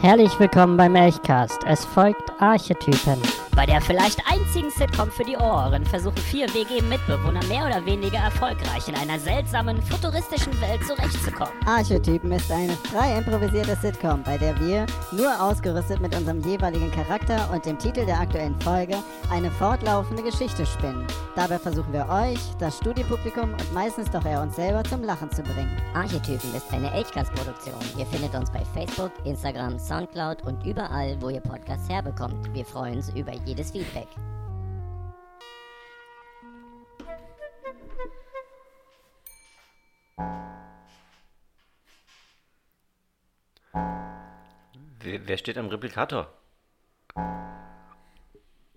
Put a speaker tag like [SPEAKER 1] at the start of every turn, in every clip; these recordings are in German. [SPEAKER 1] Herzlich willkommen beim Elchcast. Es folgt Archetypen.
[SPEAKER 2] Bei der vielleicht einzigen Sitcom für die Ohren versuchen vier WG-Mitbewohner mehr oder weniger erfolgreich in einer seltsamen, futuristischen Welt zurechtzukommen.
[SPEAKER 3] Archetypen ist eine frei improvisierte Sitcom, bei der wir, nur ausgerüstet mit unserem jeweiligen Charakter und dem Titel der aktuellen Folge, eine fortlaufende Geschichte spinnen. Dabei versuchen wir euch, das Studiopublikum und meistens doch eher uns selber zum Lachen zu bringen.
[SPEAKER 2] Archetypen ist eine Elchcast-Produktion. Ihr findet uns bei Facebook, Instagram, Soundcloud und überall, wo ihr Podcasts herbekommt. Wir freuen uns über jedes Feedback.
[SPEAKER 4] Wer, wer steht am Replikator?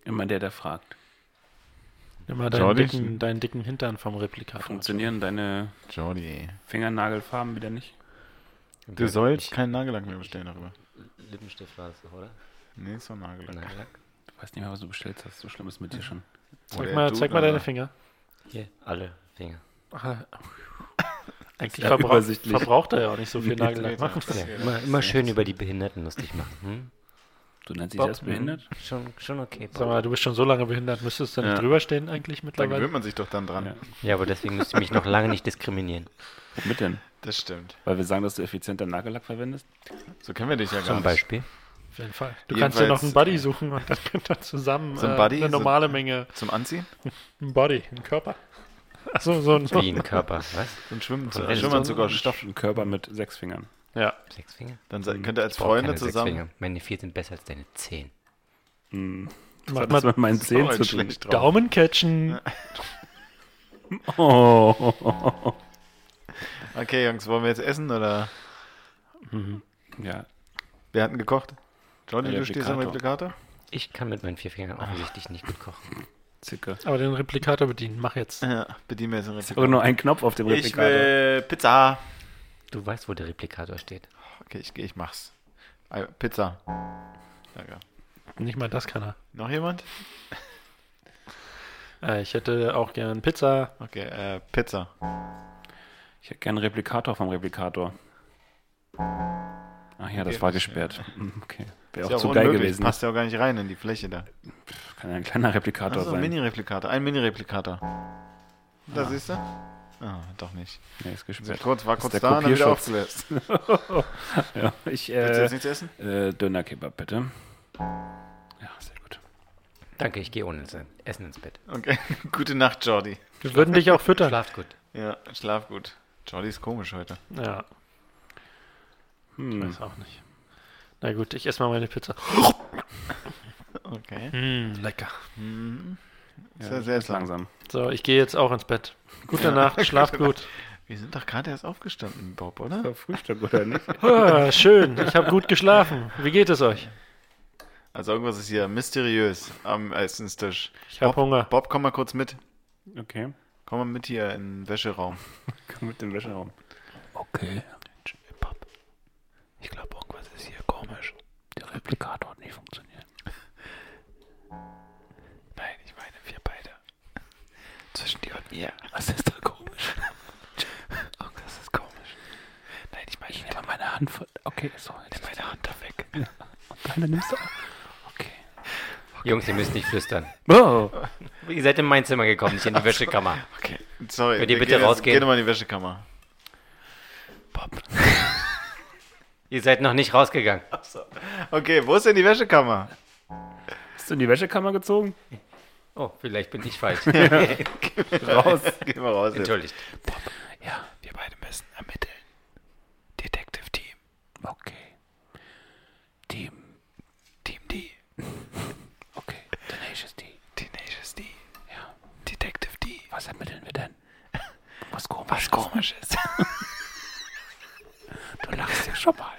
[SPEAKER 5] Immer der, der fragt.
[SPEAKER 6] Nimm mal deinen
[SPEAKER 7] Jordi?
[SPEAKER 6] dicken, deinen dicken Hintern vom Replikator.
[SPEAKER 5] Funktionieren deine
[SPEAKER 7] Jordi.
[SPEAKER 5] Fingernagelfarben wieder nicht?
[SPEAKER 7] Du sollst keinen Nagellack mehr bestellen darüber.
[SPEAKER 4] Lippenstift war es doch, oder?
[SPEAKER 7] Nee, ist doch Nagellack.
[SPEAKER 4] Nagellack?
[SPEAKER 5] Ich weiß nicht mehr, was du bestellt hast. So schlimm ist mit dir schon.
[SPEAKER 6] Zeig mal, zeig mal deine Finger.
[SPEAKER 4] Hier, alle Finger.
[SPEAKER 6] Eigentlich
[SPEAKER 5] Ja,
[SPEAKER 6] verbraucht,
[SPEAKER 5] übersichtlich.
[SPEAKER 6] verbraucht er ja auch nicht so viel Nagellack. Machen.
[SPEAKER 7] Finger.
[SPEAKER 4] Immer, immer schön über die Behinderten lustig machen. Hm?
[SPEAKER 5] Du nennst dich
[SPEAKER 6] Bob,
[SPEAKER 5] selbst behindert?
[SPEAKER 4] Schon, schon okay.
[SPEAKER 6] Sag mal, du bist schon so lange behindert, müsstest du da nicht
[SPEAKER 5] Ja.
[SPEAKER 6] drüber stehen eigentlich
[SPEAKER 7] Da
[SPEAKER 6] mittlerweile?
[SPEAKER 7] gewöhnt man sich doch dann dran.
[SPEAKER 5] Ja.
[SPEAKER 4] Ja, aber deswegen müsst ihr mich noch lange nicht diskriminieren.
[SPEAKER 5] Womit denn?
[SPEAKER 7] Das stimmt.
[SPEAKER 5] Weil wir sagen, dass du effizienter Nagellack verwendest?
[SPEAKER 7] So kennen wir dich ja gar
[SPEAKER 4] Zum
[SPEAKER 7] nicht.
[SPEAKER 4] Beispiel.
[SPEAKER 6] Auf jeden Fall. Du kannst dir noch einen
[SPEAKER 7] Jedenfalls-
[SPEAKER 6] Buddy suchen und dann könnt ihr zusammen
[SPEAKER 7] So ein
[SPEAKER 6] äh,
[SPEAKER 7] Buddy,
[SPEAKER 6] eine
[SPEAKER 7] so-
[SPEAKER 6] normale Menge.
[SPEAKER 7] Zum Anziehen?
[SPEAKER 6] Ein Body, ein Körper. Achso, so ein. So.
[SPEAKER 4] Wie ein Körper. Was?
[SPEAKER 7] Zum Schwimmen.
[SPEAKER 4] Zum
[SPEAKER 7] Zum
[SPEAKER 4] Rennen.
[SPEAKER 7] Schwimmen sogar
[SPEAKER 5] Stoff.
[SPEAKER 7] Stoff.
[SPEAKER 5] Ein Körper mit sechs Fingern.
[SPEAKER 6] Ja.
[SPEAKER 4] Sechs Finger?
[SPEAKER 7] Dann se- könnt ihr als
[SPEAKER 4] Ich brauch
[SPEAKER 7] Freunde
[SPEAKER 4] keine sechs
[SPEAKER 7] zusammen.
[SPEAKER 4] Finger. Meine vier sind besser als deine zehn.
[SPEAKER 5] Das
[SPEAKER 6] Mach
[SPEAKER 5] hat das
[SPEAKER 6] mal
[SPEAKER 5] mit meinen Zehen
[SPEAKER 7] Oh,
[SPEAKER 5] zu
[SPEAKER 7] ein
[SPEAKER 5] tun.
[SPEAKER 7] schlecht drauf.
[SPEAKER 6] Daumen catchen.
[SPEAKER 5] Oh, oh, oh,
[SPEAKER 7] Okay, Jungs, wollen wir jetzt essen oder?
[SPEAKER 5] oh. Ja,
[SPEAKER 7] Wer hat denn gekocht? Jordi,
[SPEAKER 5] Der
[SPEAKER 7] du stehst am Replikator?
[SPEAKER 4] Ich kann mit meinen vier Fingern offensichtlich nicht gut kochen.
[SPEAKER 5] Zicke.
[SPEAKER 6] Aber den Replikator bedienen. Mach jetzt.
[SPEAKER 7] Ja, bedienen wir jetzt den
[SPEAKER 5] Aber
[SPEAKER 7] Replikator.
[SPEAKER 5] nur ein Knopf auf dem
[SPEAKER 7] Ich
[SPEAKER 5] Replikator.
[SPEAKER 7] will Pizza.
[SPEAKER 4] Du weißt, wo der Replikator steht.
[SPEAKER 7] Okay, ich, geh- ich mach's. Ei, Pizza. Danke.
[SPEAKER 6] Nicht mal das kann er.
[SPEAKER 7] Noch jemand?
[SPEAKER 6] Äh, ich hätte auch gern Pizza.
[SPEAKER 7] Okay, äh, Pizza.
[SPEAKER 5] Ich hätte gerne einen Replikator vom Replikator. Ach ja, das war gesperrt. Hm, Okay. Wäre auch zu geil
[SPEAKER 7] unmöglich,
[SPEAKER 5] gewesen. ne?
[SPEAKER 7] Passt ja auch gar nicht rein in die Fläche da.
[SPEAKER 5] Kann ja ein kleiner Replikator
[SPEAKER 7] Achso,
[SPEAKER 5] sein.
[SPEAKER 7] ein Mini-Replikator. Ein Mini-Replikator. Da siehst du? Ah, doch nicht.
[SPEAKER 5] Nee, ist
[SPEAKER 7] Sehr
[SPEAKER 5] gesperrt.
[SPEAKER 7] kurz, war
[SPEAKER 5] Ist
[SPEAKER 7] kurz
[SPEAKER 5] der
[SPEAKER 7] da und dann wieder
[SPEAKER 5] Kopierschutz. Äh.
[SPEAKER 7] aufgelöst.
[SPEAKER 5] Ja, ich,
[SPEAKER 7] Willst du
[SPEAKER 5] äh,
[SPEAKER 7] jetzt nichts essen?
[SPEAKER 5] äh, Dönerkebab bitte. Ja, sehr gut.
[SPEAKER 4] Danke, ich gehe ohne ins- Essen ins Bett.
[SPEAKER 7] Okay. Gute Nacht, Jordi.
[SPEAKER 6] Wir würden dich auch füttern.
[SPEAKER 4] Schlaft gut.
[SPEAKER 7] Ja, schlaf gut. Jordi ist komisch heute.
[SPEAKER 6] Ja,
[SPEAKER 5] Hm.
[SPEAKER 6] weiß auch nicht. Na gut, ich esse mal meine Pizza.
[SPEAKER 7] Okay.
[SPEAKER 6] Mm, lecker.
[SPEAKER 7] Ist ja sehr
[SPEAKER 5] ist
[SPEAKER 7] langsam.
[SPEAKER 5] langsam.
[SPEAKER 6] So, ich gehe jetzt auch ins Bett. Gute Nacht, schlaft gut.
[SPEAKER 7] Wir sind doch gerade erst aufgestanden, Bob, oder?
[SPEAKER 5] Frühstück oder nicht?
[SPEAKER 6] Ah, schön, ich habe gut geschlafen. Wie geht es euch?
[SPEAKER 7] Also irgendwas ist hier mysteriös am Essenstisch.
[SPEAKER 6] Ich hab
[SPEAKER 7] Bob,
[SPEAKER 6] Hunger.
[SPEAKER 7] Bob, komm mal kurz mit.
[SPEAKER 5] Okay.
[SPEAKER 7] Komm mal mit hier in den Wäscheraum.
[SPEAKER 5] Komm mit dem Wäscheraum. Okay. Ich glaube, irgendwas ist hier komisch. Der Replikator hat nicht funktioniert. Nein, ich meine wir beide. Zwischen dir und mir. Was ist da komisch? Irgendwas ist komisch. Nein, ich meine. Ich nehme meine Hand von. Okay, so. Nimm meine Hand da weg. Und deine nimmst du auch. Okay.
[SPEAKER 4] Jungs, ihr müsst nicht flüstern.
[SPEAKER 5] Oh.
[SPEAKER 4] Ihr seid in mein Zimmer gekommen, nicht in die Wäschekammer.
[SPEAKER 7] Okay. Sorry.
[SPEAKER 4] Könnt ihr
[SPEAKER 7] wir
[SPEAKER 4] bitte
[SPEAKER 7] gehen jetzt-
[SPEAKER 4] rausgehen?
[SPEAKER 7] Geh nochmal in die Wäschekammer.
[SPEAKER 4] Ihr seid noch nicht rausgegangen.
[SPEAKER 7] Okay, wo ist denn die Wäschekammer?
[SPEAKER 5] Bist du in die Wäschekammer gezogen?
[SPEAKER 4] Oh, vielleicht bin ich falsch.
[SPEAKER 7] Raus. Geh mal raus. Jetzt.
[SPEAKER 4] Entschuldigt.
[SPEAKER 5] Ja, wir beide müssen ermitteln. Detective Team. Okay. Team. Team D. Okay. Tenacious D. Tenacious D. Ja. Detective D. Was ermitteln wir denn? Was komisch Was komisch ist. du lachst ja schon mal.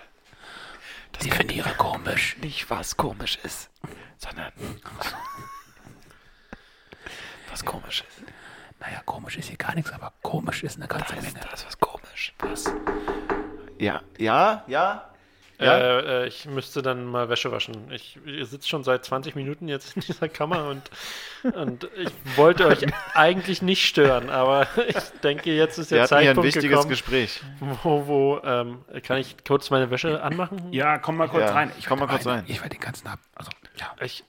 [SPEAKER 5] Das Definiere komisch. Nicht was komisch ist, sondern was komisch ist. Naja, komisch ist hier gar nichts, aber komisch ist eine ganze Menge. Da ist was komisch. Was?
[SPEAKER 7] Ja, ja, ja. Ja?
[SPEAKER 6] Äh, äh, ich müsste dann mal Wäsche waschen. Ich, ihr sitzt schon seit 20 Minuten jetzt in dieser Kammer und, und ich wollte euch eigentlich nicht stören, aber ich denke, jetzt ist
[SPEAKER 7] Wir
[SPEAKER 6] der
[SPEAKER 7] hatten hier ein
[SPEAKER 6] Zeitpunkt
[SPEAKER 7] wichtiges
[SPEAKER 6] gekommen,
[SPEAKER 7] Gespräch.
[SPEAKER 6] wo, wo ähm, kann ich kurz meine Wäsche anmachen?
[SPEAKER 8] Ja, komm mal kurz
[SPEAKER 7] Ja,
[SPEAKER 8] rein.
[SPEAKER 7] komm mal kurz rein.
[SPEAKER 5] Ich war den ganzen ab. Also, ja.
[SPEAKER 6] Ich,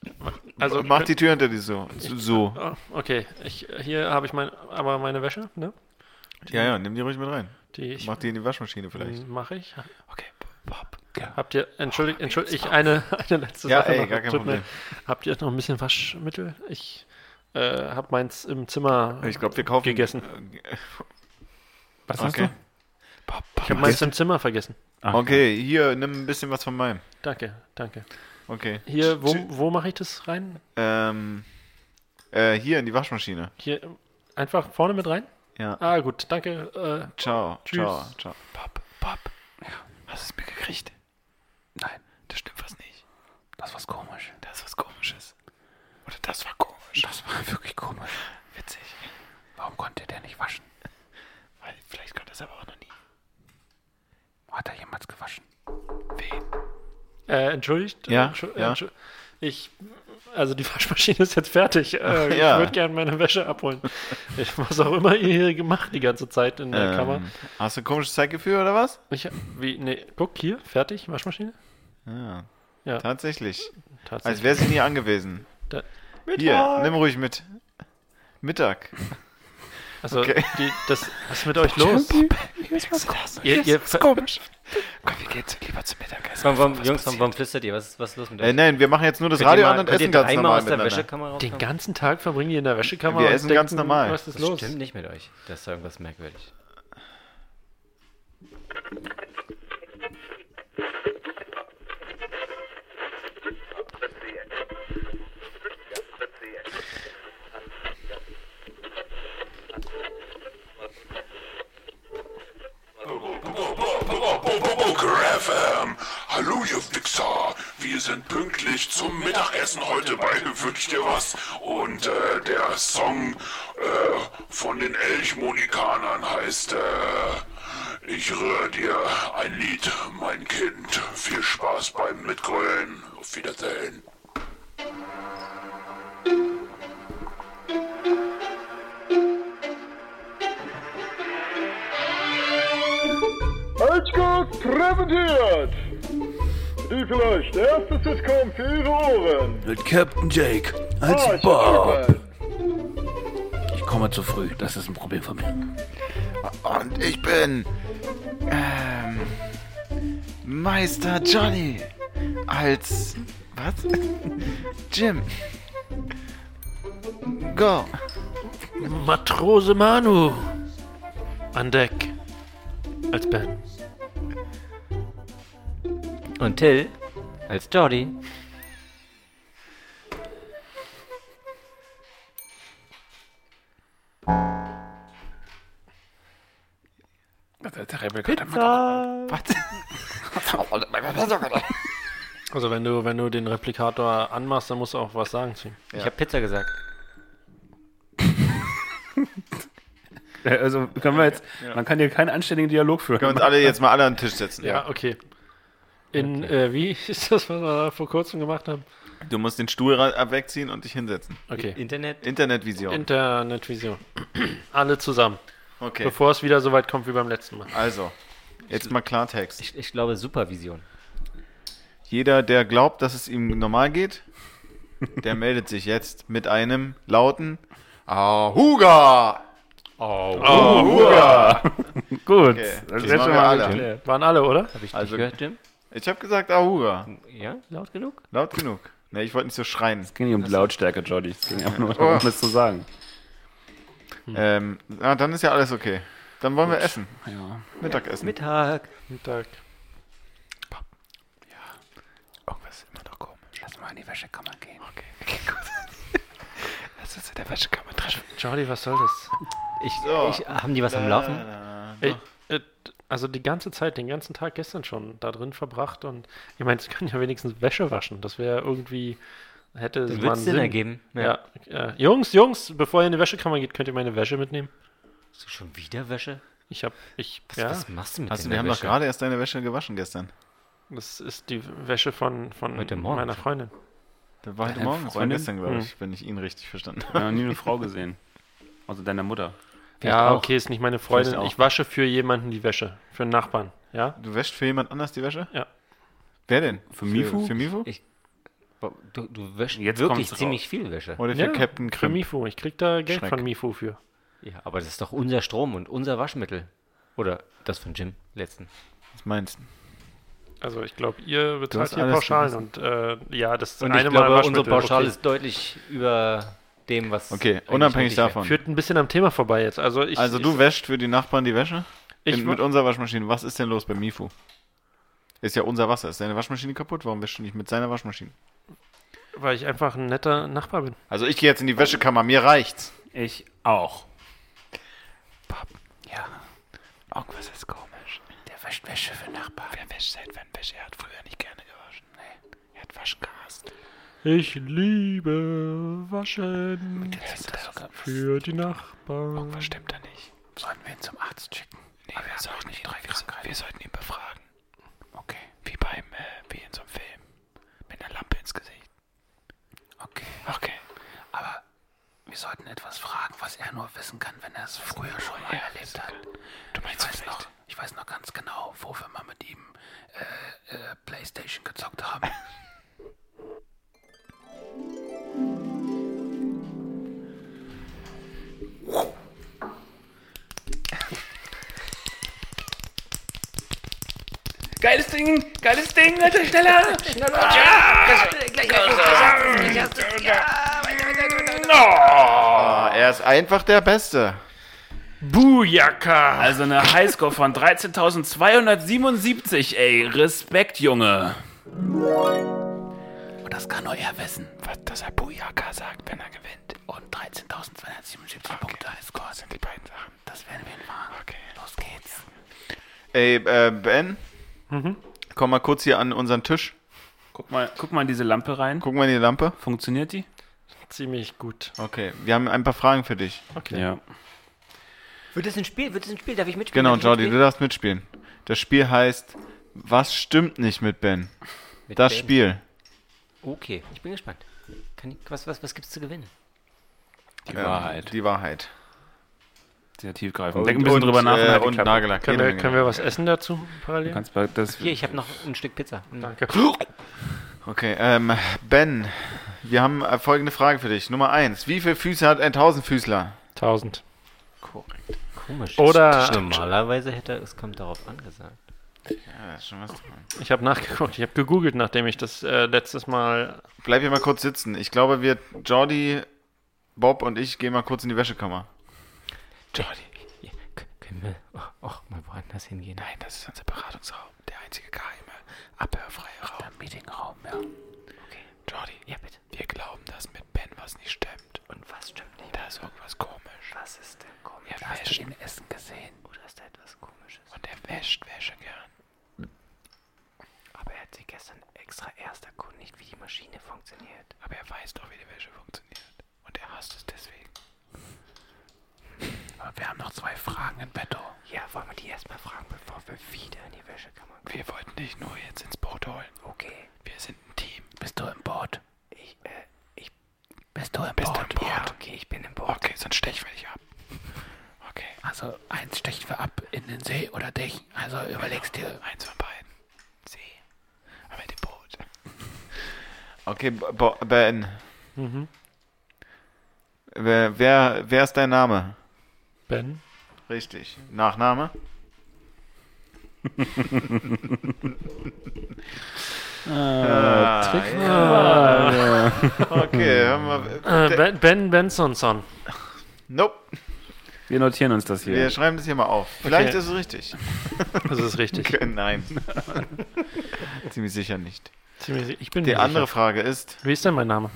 [SPEAKER 6] also
[SPEAKER 7] Mach die Tür hinter dir so. So.
[SPEAKER 6] Oh, okay, ich, hier habe ich mein, aber meine Wäsche, ne?
[SPEAKER 7] Ja, ja, nimm die ruhig mit rein.
[SPEAKER 6] Die ich
[SPEAKER 7] Mach die in die Waschmaschine vielleicht.
[SPEAKER 6] mache ich.
[SPEAKER 5] Okay, Bob. Ja.
[SPEAKER 6] Habt ihr, entschuldigt, entschuldigt, ich eine, eine letzte
[SPEAKER 7] Ja,
[SPEAKER 6] Sache.
[SPEAKER 7] ey,
[SPEAKER 6] noch.
[SPEAKER 7] gar kein
[SPEAKER 6] Tut mir-
[SPEAKER 7] Problem.
[SPEAKER 6] Habt ihr noch ein bisschen Waschmittel? Ich äh, habe meins im Zimmer.
[SPEAKER 7] Mhm. Ich glaube, wir kaufen.
[SPEAKER 6] Gegessen.
[SPEAKER 5] Was hast
[SPEAKER 7] Äh, Okay.
[SPEAKER 5] du? Ah, Bob,
[SPEAKER 6] Ich habe
[SPEAKER 5] Bob.
[SPEAKER 6] meins im Zimmer vergessen.
[SPEAKER 7] Ah. Okay, hier, nimm ein bisschen was von meinem.
[SPEAKER 6] Danke, danke.
[SPEAKER 7] Okay.
[SPEAKER 6] Hier, wo,
[SPEAKER 7] Tschü-
[SPEAKER 6] wo mache ich das rein?
[SPEAKER 7] Ähm, äh, hier in die Waschmaschine.
[SPEAKER 6] Hier ähm, einfach vorne mit rein?
[SPEAKER 7] Ja.
[SPEAKER 6] Ah, gut, danke. äh.
[SPEAKER 7] Ciao.
[SPEAKER 6] Tschüss.
[SPEAKER 7] Ciao. Ciao.
[SPEAKER 5] Bob, Bob. Ja. Hast du es mir gekriegt? Nein, das stimmt was nicht. Das ist was komisch. Das ist was komisches. Oder das war komisch. Das war wirklich komisch. Witzig. Warum konnte der nicht waschen? Weil vielleicht konnte es aber auch noch nie. Hat er jemals gewaschen? Wen?
[SPEAKER 6] Äh, äh, entschuldigt?
[SPEAKER 7] Ja,
[SPEAKER 6] Entschu-
[SPEAKER 7] ja.
[SPEAKER 6] entschu- Ich, also die Waschmaschine ist jetzt fertig. Äh,
[SPEAKER 7] Ja.
[SPEAKER 6] Ich würde gerne meine Wäsche abholen. Ich, was auch immer ihr hier gemacht die ganze Zeit in der Äh, Kammer.
[SPEAKER 7] Ähm, hast du ein komisches Zeitgefühl oder was?
[SPEAKER 6] Ich, wie, nee, guck hier, fertig, Waschmaschine.
[SPEAKER 7] Ja.
[SPEAKER 6] Ja.
[SPEAKER 7] Tatsächlich. Als
[SPEAKER 6] Tatsächlich.
[SPEAKER 7] wäre sie nie angewiesen.
[SPEAKER 6] Da-
[SPEAKER 7] Hier, nimm ruhig mit. Mittag. Äh,
[SPEAKER 6] Also,
[SPEAKER 7] okay.
[SPEAKER 6] die, das, was ist mit euch los? Ihr, ihr, ver-
[SPEAKER 5] Komm, wir gehen zu- lieber zum Mittagessen.
[SPEAKER 4] Komm, warum, Jungs, warum, warum flüstert ihr? Was, was ist los mit euch?
[SPEAKER 7] Äh, nein, wir machen jetzt nur das
[SPEAKER 4] Könnt ihr
[SPEAKER 7] Radio
[SPEAKER 4] mal-
[SPEAKER 7] an und
[SPEAKER 4] könnt ihr
[SPEAKER 7] essen ganz
[SPEAKER 4] einmal
[SPEAKER 7] normal
[SPEAKER 4] aus der
[SPEAKER 7] miteinander.
[SPEAKER 4] Wäschekammer rauskommen?
[SPEAKER 6] den ganzen Tag verbringen die in der Wäschekammer.
[SPEAKER 7] Wir
[SPEAKER 6] und
[SPEAKER 7] essen ganz normal.
[SPEAKER 6] Was ist
[SPEAKER 4] das
[SPEAKER 6] los?
[SPEAKER 4] stimmt nicht mit euch. Das ist irgendwas merkwürdig.
[SPEAKER 9] FM. Hallo, ihr Wichser. Wir sind pünktlich zum Mittagessen heute bei Wünsch dir was. Und äh, der Song äh, von den Elchmonikanern heißt äh, Ich rühre dir ein Lied, mein Kind. Viel Spaß beim Mitgrölen. Auf Wiedersehen.
[SPEAKER 10] Holzgut präsentiert! Die vielleicht erste Sitcom für Ihre Ohren.
[SPEAKER 5] Mit Captain Jake
[SPEAKER 10] Ah,
[SPEAKER 5] als
[SPEAKER 10] ich hab
[SPEAKER 5] Bob.
[SPEAKER 10] Durchfall.
[SPEAKER 5] Ich komme zu früh. Das ist ein Problem von mir.
[SPEAKER 7] Und ich bin ähm, Meister Johnny als was? Jim. Go.
[SPEAKER 6] Matrose Manu. An Deck. Als Ben.
[SPEAKER 4] Und Till als Jordi.
[SPEAKER 5] Der Rebel könnte mal. Was?
[SPEAKER 6] Also wenn du, wenn du den Replikator anmachst, dann musst du auch was sagen zu ihm.
[SPEAKER 4] Ich habe Pizza gesagt.
[SPEAKER 8] Äh, Also können wir jetzt, man kann hier keinen anständigen Dialog führen.
[SPEAKER 7] Können wir uns alle jetzt mal alle an den Tisch setzen.
[SPEAKER 6] Ja, okay. In, Äh, wie ist das, was wir da vor kurzem gemacht haben?
[SPEAKER 7] Du musst den Stuhl ra- ab- wegziehen und dich hinsetzen.
[SPEAKER 6] Okay.
[SPEAKER 4] Internet.
[SPEAKER 7] Internetvision.
[SPEAKER 6] Internetvision. Alle zusammen.
[SPEAKER 7] okay.
[SPEAKER 6] Bevor es wieder so weit kommt wie beim letzten Mal.
[SPEAKER 7] Also, jetzt mal Klartext.
[SPEAKER 4] Ich, ich glaube Supervision.
[SPEAKER 7] Jeder, der glaubt, dass es ihm normal geht, der meldet sich jetzt mit einem lauten Ahuga! Ahuga!
[SPEAKER 8] Gut,
[SPEAKER 7] Okay.
[SPEAKER 8] das
[SPEAKER 7] Das
[SPEAKER 8] ist jetzt
[SPEAKER 7] machen wir
[SPEAKER 8] schon mal
[SPEAKER 7] alle.
[SPEAKER 8] geklärt.
[SPEAKER 6] Waren alle, oder?
[SPEAKER 4] Habe ich dich
[SPEAKER 7] Also-
[SPEAKER 4] gehört, Jim?
[SPEAKER 7] Ich habe gesagt Ahuga.
[SPEAKER 4] Ja, laut genug?
[SPEAKER 7] Laut genug. Ne, ich wollte nicht so schreien.
[SPEAKER 8] Es ging nicht um die Lautstärke, Jordi. Es ging einfach nur darum, es zu sagen.
[SPEAKER 7] Ähm, ah, dann ist ja alles okay. Dann wollen wir essen. Mittagessen.
[SPEAKER 4] Mittag.
[SPEAKER 6] Mittag.
[SPEAKER 5] Irgendwas ist immer noch komisch. Lass mal in die Wäschekammer gehen. Okay, gut. Lass uns in der Wäschekammer treffen.
[SPEAKER 6] Jordi, was soll das?
[SPEAKER 4] Ich,
[SPEAKER 7] So.
[SPEAKER 4] ich, haben die was am Laufen?
[SPEAKER 6] Ey, äh, also die ganze Zeit, den ganzen Tag gestern schon da drin verbracht und ich meine, sie können ja wenigstens Wäsche waschen. Das wäre irgendwie, hätte es
[SPEAKER 4] Das
[SPEAKER 6] mal
[SPEAKER 4] wird
[SPEAKER 6] einen
[SPEAKER 4] Sinn ergeben.
[SPEAKER 6] Ja. ja. äh, Jungs, Jungs, bevor ihr in die Wäschekammer geht, könnt ihr meine Wäsche mitnehmen.
[SPEAKER 4] Hast du schon wieder Wäsche?
[SPEAKER 6] Ich hab, ich,
[SPEAKER 4] Was,
[SPEAKER 6] ja.
[SPEAKER 4] was machst du mit
[SPEAKER 7] Hast
[SPEAKER 4] deiner
[SPEAKER 7] du, Also wir haben doch
[SPEAKER 4] Wäsche?
[SPEAKER 7] gerade erst deine Wäsche gewaschen gestern.
[SPEAKER 6] Das ist die Wäsche von, von meiner Freundin.
[SPEAKER 7] Das war heute Morgen, das war gestern, glaube ich, wenn ich ihn richtig verstanden habe.
[SPEAKER 5] Wir haben noch nie eine Frau gesehen. Also deiner Mutter.
[SPEAKER 6] Ja, okay, ist nicht meine Freundin.
[SPEAKER 7] Vielleicht auch.
[SPEAKER 6] Ich wasche für jemanden die Wäsche. Für einen Nachbarn. Ja?
[SPEAKER 7] Du wäschst für jemand anders die Wäsche?
[SPEAKER 6] Ja.
[SPEAKER 7] Wer denn?
[SPEAKER 5] Für Mifu?
[SPEAKER 7] Für, für Mifu?
[SPEAKER 4] Ich, du, du wäschst
[SPEAKER 5] Jetzt
[SPEAKER 4] wirklich
[SPEAKER 5] kommt's
[SPEAKER 4] ziemlich
[SPEAKER 5] raus.
[SPEAKER 4] viel Wäsche.
[SPEAKER 7] Oder für
[SPEAKER 6] ja,
[SPEAKER 7] Captain
[SPEAKER 6] Für
[SPEAKER 7] Krim?
[SPEAKER 6] Mifu. Ich krieg da Geld
[SPEAKER 7] Schreck.
[SPEAKER 6] von Mifu für.
[SPEAKER 4] Ja, aber das ist doch unser Strom und unser Waschmittel. Oder das von Jim letzten.
[SPEAKER 7] Was meinst du?
[SPEAKER 6] Also ich glaube, ihr bezahlt
[SPEAKER 7] hast
[SPEAKER 6] hier
[SPEAKER 7] alles
[SPEAKER 6] Pauschalen und äh, ja, das ist
[SPEAKER 4] Und
[SPEAKER 6] eine
[SPEAKER 4] ich glaube,
[SPEAKER 6] Mal
[SPEAKER 4] unsere
[SPEAKER 6] Waschmittel,
[SPEAKER 4] Pauschale
[SPEAKER 6] okay.
[SPEAKER 4] ist deutlich über dem, was.
[SPEAKER 7] Okay,
[SPEAKER 4] eigentlich
[SPEAKER 7] unabhängig
[SPEAKER 4] nötig wäre.
[SPEAKER 7] davon.
[SPEAKER 6] führt ein bisschen am Thema vorbei jetzt. Also ich
[SPEAKER 7] also
[SPEAKER 6] ich,
[SPEAKER 7] du wäschst für die Nachbarn die Wäsche?
[SPEAKER 6] Ich
[SPEAKER 7] In,
[SPEAKER 6] wa-
[SPEAKER 7] mit unserer Waschmaschine. Was ist denn los bei Mifu? Ist ja unser Wasser. Ist deine Waschmaschine kaputt? Warum wäschst du nicht mit seiner Waschmaschine?
[SPEAKER 6] weil ich einfach ein netter Nachbar bin.
[SPEAKER 7] Also ich gehe jetzt in die Wäschekammer. Mir reicht's.
[SPEAKER 5] Ich auch.
[SPEAKER 8] Ja. Irgendwas ist komisch. Der wäscht Wäsche für Nachbar. Wer wäscht seit wann Wäsche? Er hat früher nicht gerne gewaschen. Nee. Er hat waschen gehasst.
[SPEAKER 6] Ich liebe Waschen für die Nachbarn.
[SPEAKER 8] Was stimmt da nicht? Ähm, Sollen wir ihn zum Arzt schicken? Nee, wir, sollten nicht drei wir, wir sollten ihn befragen. Okay. Wie beim, äh, wie in so einem Film. Mit einer Lampe ins Gesicht. Okay. Okay. Aber wir sollten etwas fragen, was er nur wissen kann, wenn er es früher schon mal erlebt hat. Du meinst ich weiß noch, Ich weiß noch ganz genau, wo wir mal mit ihm äh, äh, Playstation gezockt haben.
[SPEAKER 5] Geiles Ding! Geiles Ding! Alter, schneller! Schneller!
[SPEAKER 7] Ah, er ist einfach der Beste.
[SPEAKER 5] Bujaka! Also eine Highscore von 13.277, ey. Respekt, Junge. Und Oh, das kann nur er wissen, was, dass er Bujaka sagt, wenn er gewinnt. Und 13.277 Punkte Highscore. Das sind die beiden Sachen. Das werden wir machen. Okay. Los geht's.
[SPEAKER 7] Ey, äh, Ben?
[SPEAKER 5] Mhm.
[SPEAKER 7] Komm mal kurz hier an unseren Tisch.
[SPEAKER 5] Guck mal, guck mal in diese Lampe rein.
[SPEAKER 7] Gucken wir in die Lampe.
[SPEAKER 5] Funktioniert die?
[SPEAKER 6] Ziemlich gut.
[SPEAKER 7] Okay, wir haben ein paar Fragen für dich.
[SPEAKER 6] Okay.
[SPEAKER 5] Ja.
[SPEAKER 4] Wird das ein Spiel? Wird das ein Spiel? Darf ich mitspielen?
[SPEAKER 7] Genau,
[SPEAKER 4] Darf ich
[SPEAKER 7] Jordi, du darfst mitspielen. Das Spiel heißt, was stimmt nicht mit Ben?
[SPEAKER 4] mitspielen?
[SPEAKER 7] Das
[SPEAKER 4] Mit
[SPEAKER 7] Spiel.
[SPEAKER 4] Ben. Okay, ich bin gespannt. Kann ich, was, was, was gibt's zu gewinnen?
[SPEAKER 5] Die
[SPEAKER 7] Ähm,
[SPEAKER 5] Wahrheit.
[SPEAKER 7] Die Wahrheit.
[SPEAKER 5] Sehr tiefgreifend. Denk ein bisschen drüber nach.
[SPEAKER 7] Äh,
[SPEAKER 5] halt die
[SPEAKER 7] und
[SPEAKER 5] Klappe.
[SPEAKER 7] Nagellack.
[SPEAKER 6] Können,
[SPEAKER 7] Ja,
[SPEAKER 6] wir,
[SPEAKER 7] genau.
[SPEAKER 6] können wir was essen dazu
[SPEAKER 5] Du
[SPEAKER 6] parallel?
[SPEAKER 5] kannst bei- das,
[SPEAKER 4] Hier, ich habe noch ein Stück Pizza. Hm.
[SPEAKER 6] Danke.
[SPEAKER 7] Okay, ähm, Ben, wir haben äh, folgende Frage für dich. Nummer eins: Wie viele Füße hat ein Tausendfüßler?
[SPEAKER 6] 1000.
[SPEAKER 4] Komisch.
[SPEAKER 6] Oder-
[SPEAKER 4] Das stimmt. Normalerweise hätte er, es kommt darauf angesagt.
[SPEAKER 7] Ja, ist schon was dran.
[SPEAKER 6] Ich habe nachgeguckt. Ich habe gegoogelt, nachdem ich das äh, letztes Mal.
[SPEAKER 7] Bleib hier mal kurz sitzen. Ich glaube, wir, Jordi, Bob und ich, gehen mal kurz in die Wäschekammer.
[SPEAKER 4] Jordi, ja, k- können wir auch-
[SPEAKER 11] oh,
[SPEAKER 4] auch mal woanders hingehen? Nein,
[SPEAKER 8] Nein, das ist unser Beratungsraum. Der einzige geheime, abhörfreie Raum. Der Meetingraum, ja. Okay. Jordi. Ja, bitte. Wir glauben, dass mit Ben was nicht stimmt. Und was stimmt nicht? Da ist irgendwas komisch. Was ist denn komisch? Er wäscht. Hast du ihn essen gesehen? Oder ist da etwas komisches? Und er wäscht Wäsche gern. Aber er hat sich gestern extra erst erkundigt, wie die Maschine funktioniert. Aber er weiß doch, wie die Wäsche funktioniert. Und er hasst es deswegen. Aber wir haben noch zwei Fragen im Betto. Ja, wollen wir die erstmal fragen, bevor wir wieder in die Wäschekammer kommen? Wir wollten dich nur jetzt ins Boot holen. Okay. Wir sind ein Team. Bist du im Boot? Ich, äh, ich. Bist du im Bist Boot? Du im Boot? Ja, okay, ich bin im Boot. Okay, sonst stechen wir dich ab. Okay. Also, eins stechen wir ab in den See oder dich. Also, überlegst dir. Eins von beiden. See. Aber im Boot.
[SPEAKER 7] Okay, Bo Ben.
[SPEAKER 6] Mhm.
[SPEAKER 7] Wer, wer, wer ist dein Name?
[SPEAKER 6] Ben?
[SPEAKER 7] Richtig. Nachname? ah, ja. Okay, haben wir.
[SPEAKER 6] Äh, ben, ben Bensonson.
[SPEAKER 7] Nope.
[SPEAKER 5] wir notieren uns das hier.
[SPEAKER 7] Wir schreiben das hier mal auf. Vielleicht
[SPEAKER 6] Okay.
[SPEAKER 7] ist es richtig.
[SPEAKER 6] Das ist richtig.
[SPEAKER 7] Nein. Ziemlich sicher nicht.
[SPEAKER 6] Ziemlich sicher. Ich bin
[SPEAKER 7] Die
[SPEAKER 6] mir
[SPEAKER 7] andere
[SPEAKER 6] sicher.
[SPEAKER 7] Frage ist,
[SPEAKER 6] Wie ist denn mein Name?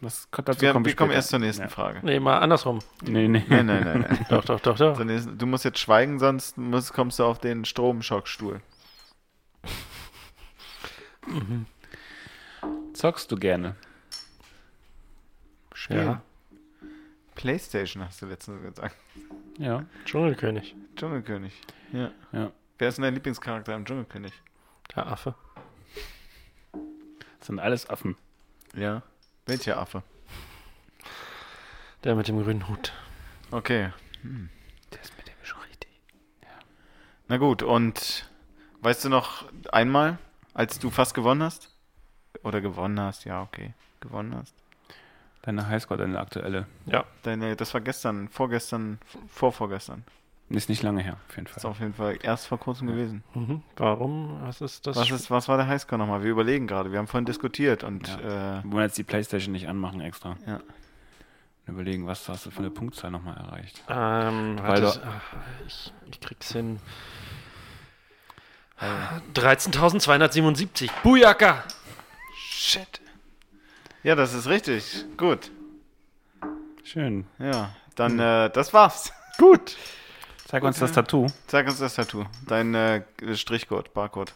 [SPEAKER 5] Das, dazu
[SPEAKER 7] wir,
[SPEAKER 5] kommen
[SPEAKER 7] wir kommen
[SPEAKER 5] später.
[SPEAKER 7] erst zur nächsten
[SPEAKER 5] ja.
[SPEAKER 7] Frage.
[SPEAKER 6] Nee, mal andersrum.
[SPEAKER 5] Nee, nee.
[SPEAKER 7] Nein, nein, nein. nein.
[SPEAKER 6] Doch, doch, doch, doch.
[SPEAKER 7] Zur nächsten- Du musst jetzt schweigen, sonst musst, kommst du auf den Stromschockstuhl.
[SPEAKER 5] Zockst du gerne?
[SPEAKER 6] Ja.
[SPEAKER 7] Playstation hast du letztens gesagt.
[SPEAKER 5] Ja.
[SPEAKER 6] Dschungelkönig.
[SPEAKER 7] Dschungelkönig. Ja.
[SPEAKER 5] Ja.
[SPEAKER 7] Wer ist denn dein Lieblingscharakter im Dschungelkönig?
[SPEAKER 6] Der Affe.
[SPEAKER 5] Das sind alles Affen.
[SPEAKER 7] Ja. Welcher Affe?
[SPEAKER 6] Der mit dem grünen Hut.
[SPEAKER 7] Okay.
[SPEAKER 5] Hm. Der ist mit dem schon richtig.
[SPEAKER 7] Na gut, und weißt du noch einmal, als du fast gewonnen hast? Oder gewonnen hast, ja, okay. Gewonnen hast.
[SPEAKER 5] Deine Highscore, deine aktuelle.
[SPEAKER 6] Ja.
[SPEAKER 7] Deine, das war gestern, vorgestern, vorvorgestern.
[SPEAKER 5] Ist nicht lange her, auf jeden
[SPEAKER 7] Ist
[SPEAKER 5] Fall.
[SPEAKER 7] auf jeden Fall erst vor kurzem gewesen.
[SPEAKER 6] Mhm. Warum? Was ist das?
[SPEAKER 7] Was, ist, was war der Highscore nochmal? Wir überlegen gerade. Wir haben vorhin diskutiert und
[SPEAKER 5] Ja.
[SPEAKER 7] äh,
[SPEAKER 5] Wir wollen jetzt die Playstation nicht anmachen extra.
[SPEAKER 7] Ja.
[SPEAKER 5] Und überlegen, was hast du für eine Punktzahl nochmal erreicht.
[SPEAKER 6] Ähm,
[SPEAKER 5] Weil
[SPEAKER 6] warte, ich, ich krieg's hin. Ah, 13.277. Bujaka!
[SPEAKER 7] Shit. Ja, das ist richtig. Gut.
[SPEAKER 5] Schön.
[SPEAKER 7] Ja, dann äh, das war's.
[SPEAKER 5] Gut. Zeig uns das Tattoo.
[SPEAKER 7] Zeig uns das Tattoo. Dein äh, Strichcode, Barcode,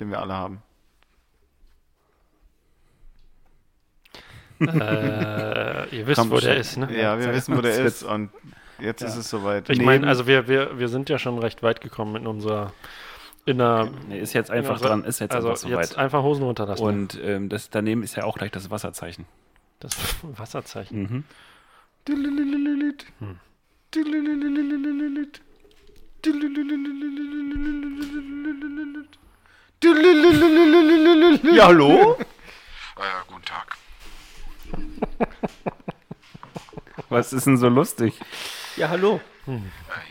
[SPEAKER 7] den wir alle haben.
[SPEAKER 6] äh, ihr wisst,
[SPEAKER 5] Komm,
[SPEAKER 6] wo der
[SPEAKER 5] Shit.
[SPEAKER 6] ist, ne?
[SPEAKER 7] Ja, wir
[SPEAKER 5] zeig
[SPEAKER 7] wissen, wo der
[SPEAKER 5] uns
[SPEAKER 7] ist
[SPEAKER 5] jetzt.
[SPEAKER 7] und jetzt ist
[SPEAKER 5] Ja.
[SPEAKER 7] es soweit.
[SPEAKER 6] Ich
[SPEAKER 7] Nee,
[SPEAKER 6] meine, also wir, wir, wir sind ja schon recht weit gekommen in unserer. In der,
[SPEAKER 5] Nee, ist jetzt einfach
[SPEAKER 6] in unserer-
[SPEAKER 5] dran, ist jetzt
[SPEAKER 6] also
[SPEAKER 5] einfach soweit.
[SPEAKER 6] Jetzt einfach Hosen runterlassen.
[SPEAKER 5] Und ähm, das daneben ist ja auch gleich das Wasserzeichen.
[SPEAKER 6] das Wasserzeichen.
[SPEAKER 5] Mhm.
[SPEAKER 7] Dililililit.
[SPEAKER 6] Hm.
[SPEAKER 7] Dilililililit. Dilililililit. Dilililililit. Ja, hallo?
[SPEAKER 9] Äh, guten Tag.
[SPEAKER 5] Was ist denn so lustig?
[SPEAKER 11] Ja, hallo.
[SPEAKER 9] Äh,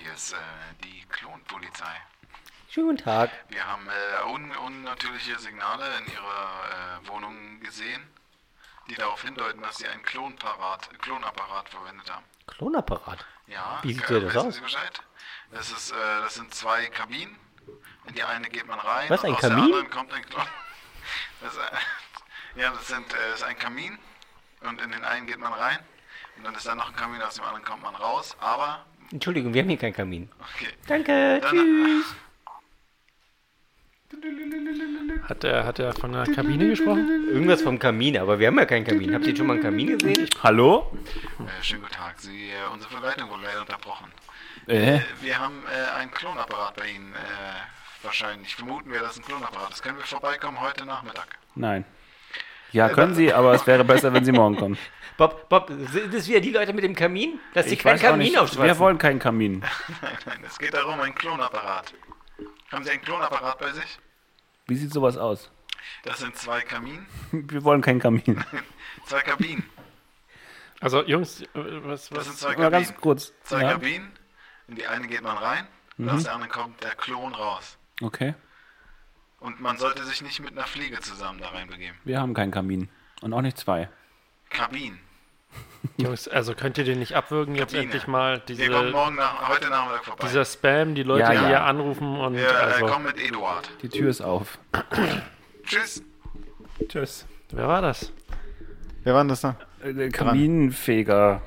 [SPEAKER 9] hier ist äh, die Klonpolizei.
[SPEAKER 11] Schönen guten Tag.
[SPEAKER 9] Wir haben äh, un unnatürliche Signale in Ihrer äh, Wohnung gesehen, die darauf hindeuten, dass Sie einen Klonparat, Klonapparat verwendet haben.
[SPEAKER 11] Klonapparat.
[SPEAKER 9] Ja,
[SPEAKER 11] Wie sieht
[SPEAKER 9] äh,
[SPEAKER 11] der das
[SPEAKER 9] wissen
[SPEAKER 11] aus?
[SPEAKER 9] Sie Bescheid? Das, ist, äh, das sind zwei Kabinen. In die eine geht man rein.
[SPEAKER 11] Was,
[SPEAKER 9] und
[SPEAKER 11] ein
[SPEAKER 9] aus
[SPEAKER 11] Kamin?
[SPEAKER 9] Der anderen kommt ein Klon. Das, ist, äh, ja, das, sind, äh, das ist ein Kamin. Und in den einen geht man rein. Und dann ist da noch ein Kamin, aus dem anderen kommt man raus. Aber,
[SPEAKER 11] Entschuldigung, wir haben hier keinen Kamin.
[SPEAKER 9] okay.
[SPEAKER 11] Danke,
[SPEAKER 9] Dann-
[SPEAKER 11] tschüss.
[SPEAKER 6] Hat er hat er von der Kabine gesprochen?
[SPEAKER 11] Irgendwas vom Kamin, aber wir haben ja keinen Kamin. Habt ihr schon mal einen Kamin gesehen?
[SPEAKER 5] Hallo?
[SPEAKER 9] Äh, schönen guten Tag. Sie, äh, unsere Verleitung wurde leider unterbrochen.
[SPEAKER 5] Äh?
[SPEAKER 9] Wir haben äh, einen Klonapparat bei Ihnen. Äh, wahrscheinlich vermuten wir, dass es ein Klonapparat ist. Können wir vorbeikommen heute Nachmittag?
[SPEAKER 5] Nein. Ja, können Sie, aber es wäre besser, wenn Sie morgen kommen.
[SPEAKER 11] Bob, Bob, sind das wieder die Leute mit dem Kamin? Dass die keinen
[SPEAKER 5] weiß auch
[SPEAKER 11] Kamin
[SPEAKER 5] nicht. Wir
[SPEAKER 11] aufschwatzen.
[SPEAKER 5] wollen keinen Kamin.
[SPEAKER 9] Nein, nein, es geht darum, einen Klonapparat. Haben Sie einen Klonapparat bei sich?
[SPEAKER 5] Wie sieht sowas aus?
[SPEAKER 9] Das sind zwei Kamin,
[SPEAKER 5] Wir wollen keinen Kamin.
[SPEAKER 9] zwei Kabinen.
[SPEAKER 6] Also Jungs, äh, was,
[SPEAKER 9] Das
[SPEAKER 6] was?
[SPEAKER 9] sind zwei
[SPEAKER 5] Mal ganz
[SPEAKER 9] Kabinen.
[SPEAKER 5] kurz.
[SPEAKER 9] Zwei
[SPEAKER 5] Ja. Mhm.
[SPEAKER 9] Kabinen. In die eine geht man rein und aus der anderen kommt der Klon raus.
[SPEAKER 5] Okay,
[SPEAKER 9] Und man sollte sich nicht mit einer Fliege zusammen da reinbegeben.
[SPEAKER 5] wir haben keinen Kamin. Und auch nicht zwei.
[SPEAKER 9] Kabinen.
[SPEAKER 6] Jungs, also könnt ihr den nicht abwürgen jetzt
[SPEAKER 9] Kabine.
[SPEAKER 6] endlich mal?
[SPEAKER 9] Wir kommen
[SPEAKER 6] Diese,
[SPEAKER 9] morgen nach, heute Nachmittag vorbei.
[SPEAKER 6] dieser Spam, die Leute,
[SPEAKER 5] Ja,
[SPEAKER 6] die
[SPEAKER 5] ja.
[SPEAKER 6] hier anrufen und
[SPEAKER 9] wir äh,
[SPEAKER 6] also.
[SPEAKER 9] kommen mit Eduard.
[SPEAKER 5] Die Tür ist auf.
[SPEAKER 9] Tschüss.
[SPEAKER 5] Tschüss.
[SPEAKER 6] Wer war das?
[SPEAKER 7] Wer war denn das da?
[SPEAKER 5] Äh, Kaminfeger.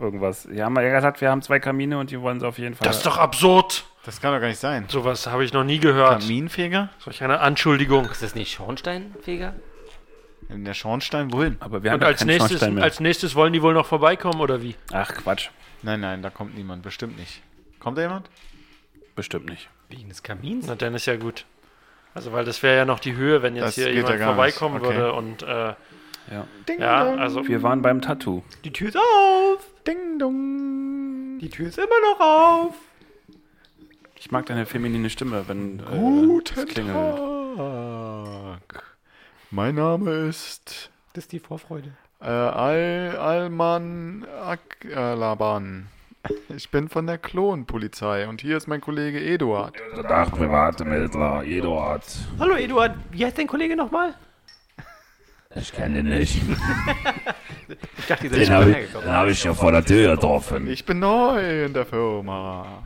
[SPEAKER 5] Irgendwas. Wir haben ja gesagt, wir haben zwei Kamine und die wollen sie auf jeden Fall.
[SPEAKER 6] Das ist doch absurd!
[SPEAKER 7] Das kann doch gar nicht sein.
[SPEAKER 6] Sowas habe ich noch nie gehört.
[SPEAKER 7] Kaminfeger?
[SPEAKER 6] Solch eine Anschuldigung.
[SPEAKER 11] Ist das nicht Schornsteinfeger?
[SPEAKER 7] In der Schornstein? Wohin?
[SPEAKER 5] aber wir haben
[SPEAKER 6] Und
[SPEAKER 5] ja
[SPEAKER 6] als
[SPEAKER 5] keinen
[SPEAKER 6] nächstes,
[SPEAKER 5] Schornstein mehr.
[SPEAKER 6] als nächstes wollen die wohl noch vorbeikommen, oder wie?
[SPEAKER 5] Ach Quatsch.
[SPEAKER 7] Nein, nein, da kommt niemand. Bestimmt nicht. Kommt da jemand?
[SPEAKER 5] Bestimmt nicht.
[SPEAKER 11] Wegen des Kamins?
[SPEAKER 6] Na, dann ist ja gut. Also, weil das wäre ja noch die Höhe, wenn jetzt
[SPEAKER 7] Das
[SPEAKER 6] hier
[SPEAKER 7] geht
[SPEAKER 6] jemand
[SPEAKER 7] ja gar nicht.
[SPEAKER 6] vorbeikommen
[SPEAKER 7] Okay.
[SPEAKER 6] würde und, äh,
[SPEAKER 5] Ja.
[SPEAKER 6] ja, also,
[SPEAKER 5] Wir waren beim Tattoo.
[SPEAKER 11] Die Tür ist auf.
[SPEAKER 7] Ding dong.
[SPEAKER 11] Die Tür ist immer noch auf.
[SPEAKER 5] Ich mag deine feminine Stimme, wenn äh, es
[SPEAKER 7] Guten
[SPEAKER 5] klingelt.
[SPEAKER 7] Tag. Mein Name ist
[SPEAKER 11] Das ist die Vorfreude.
[SPEAKER 7] äh, Al Alman Akalaban. Ich bin von der Klonpolizei und hier ist mein Kollege Eduard.
[SPEAKER 8] Ach, Privatmittler, Eduard.
[SPEAKER 11] Hallo Eduard, wie heißt dein Kollege nochmal?
[SPEAKER 8] Ich kenne den nicht.
[SPEAKER 11] Ich dachte, ihr seid
[SPEAKER 8] Den
[SPEAKER 11] schon
[SPEAKER 8] habe
[SPEAKER 11] hierher
[SPEAKER 8] ich,
[SPEAKER 11] gekommen.
[SPEAKER 8] den hab ich ja vor der Tür getroffen.
[SPEAKER 7] Ich bin neu in der Firma.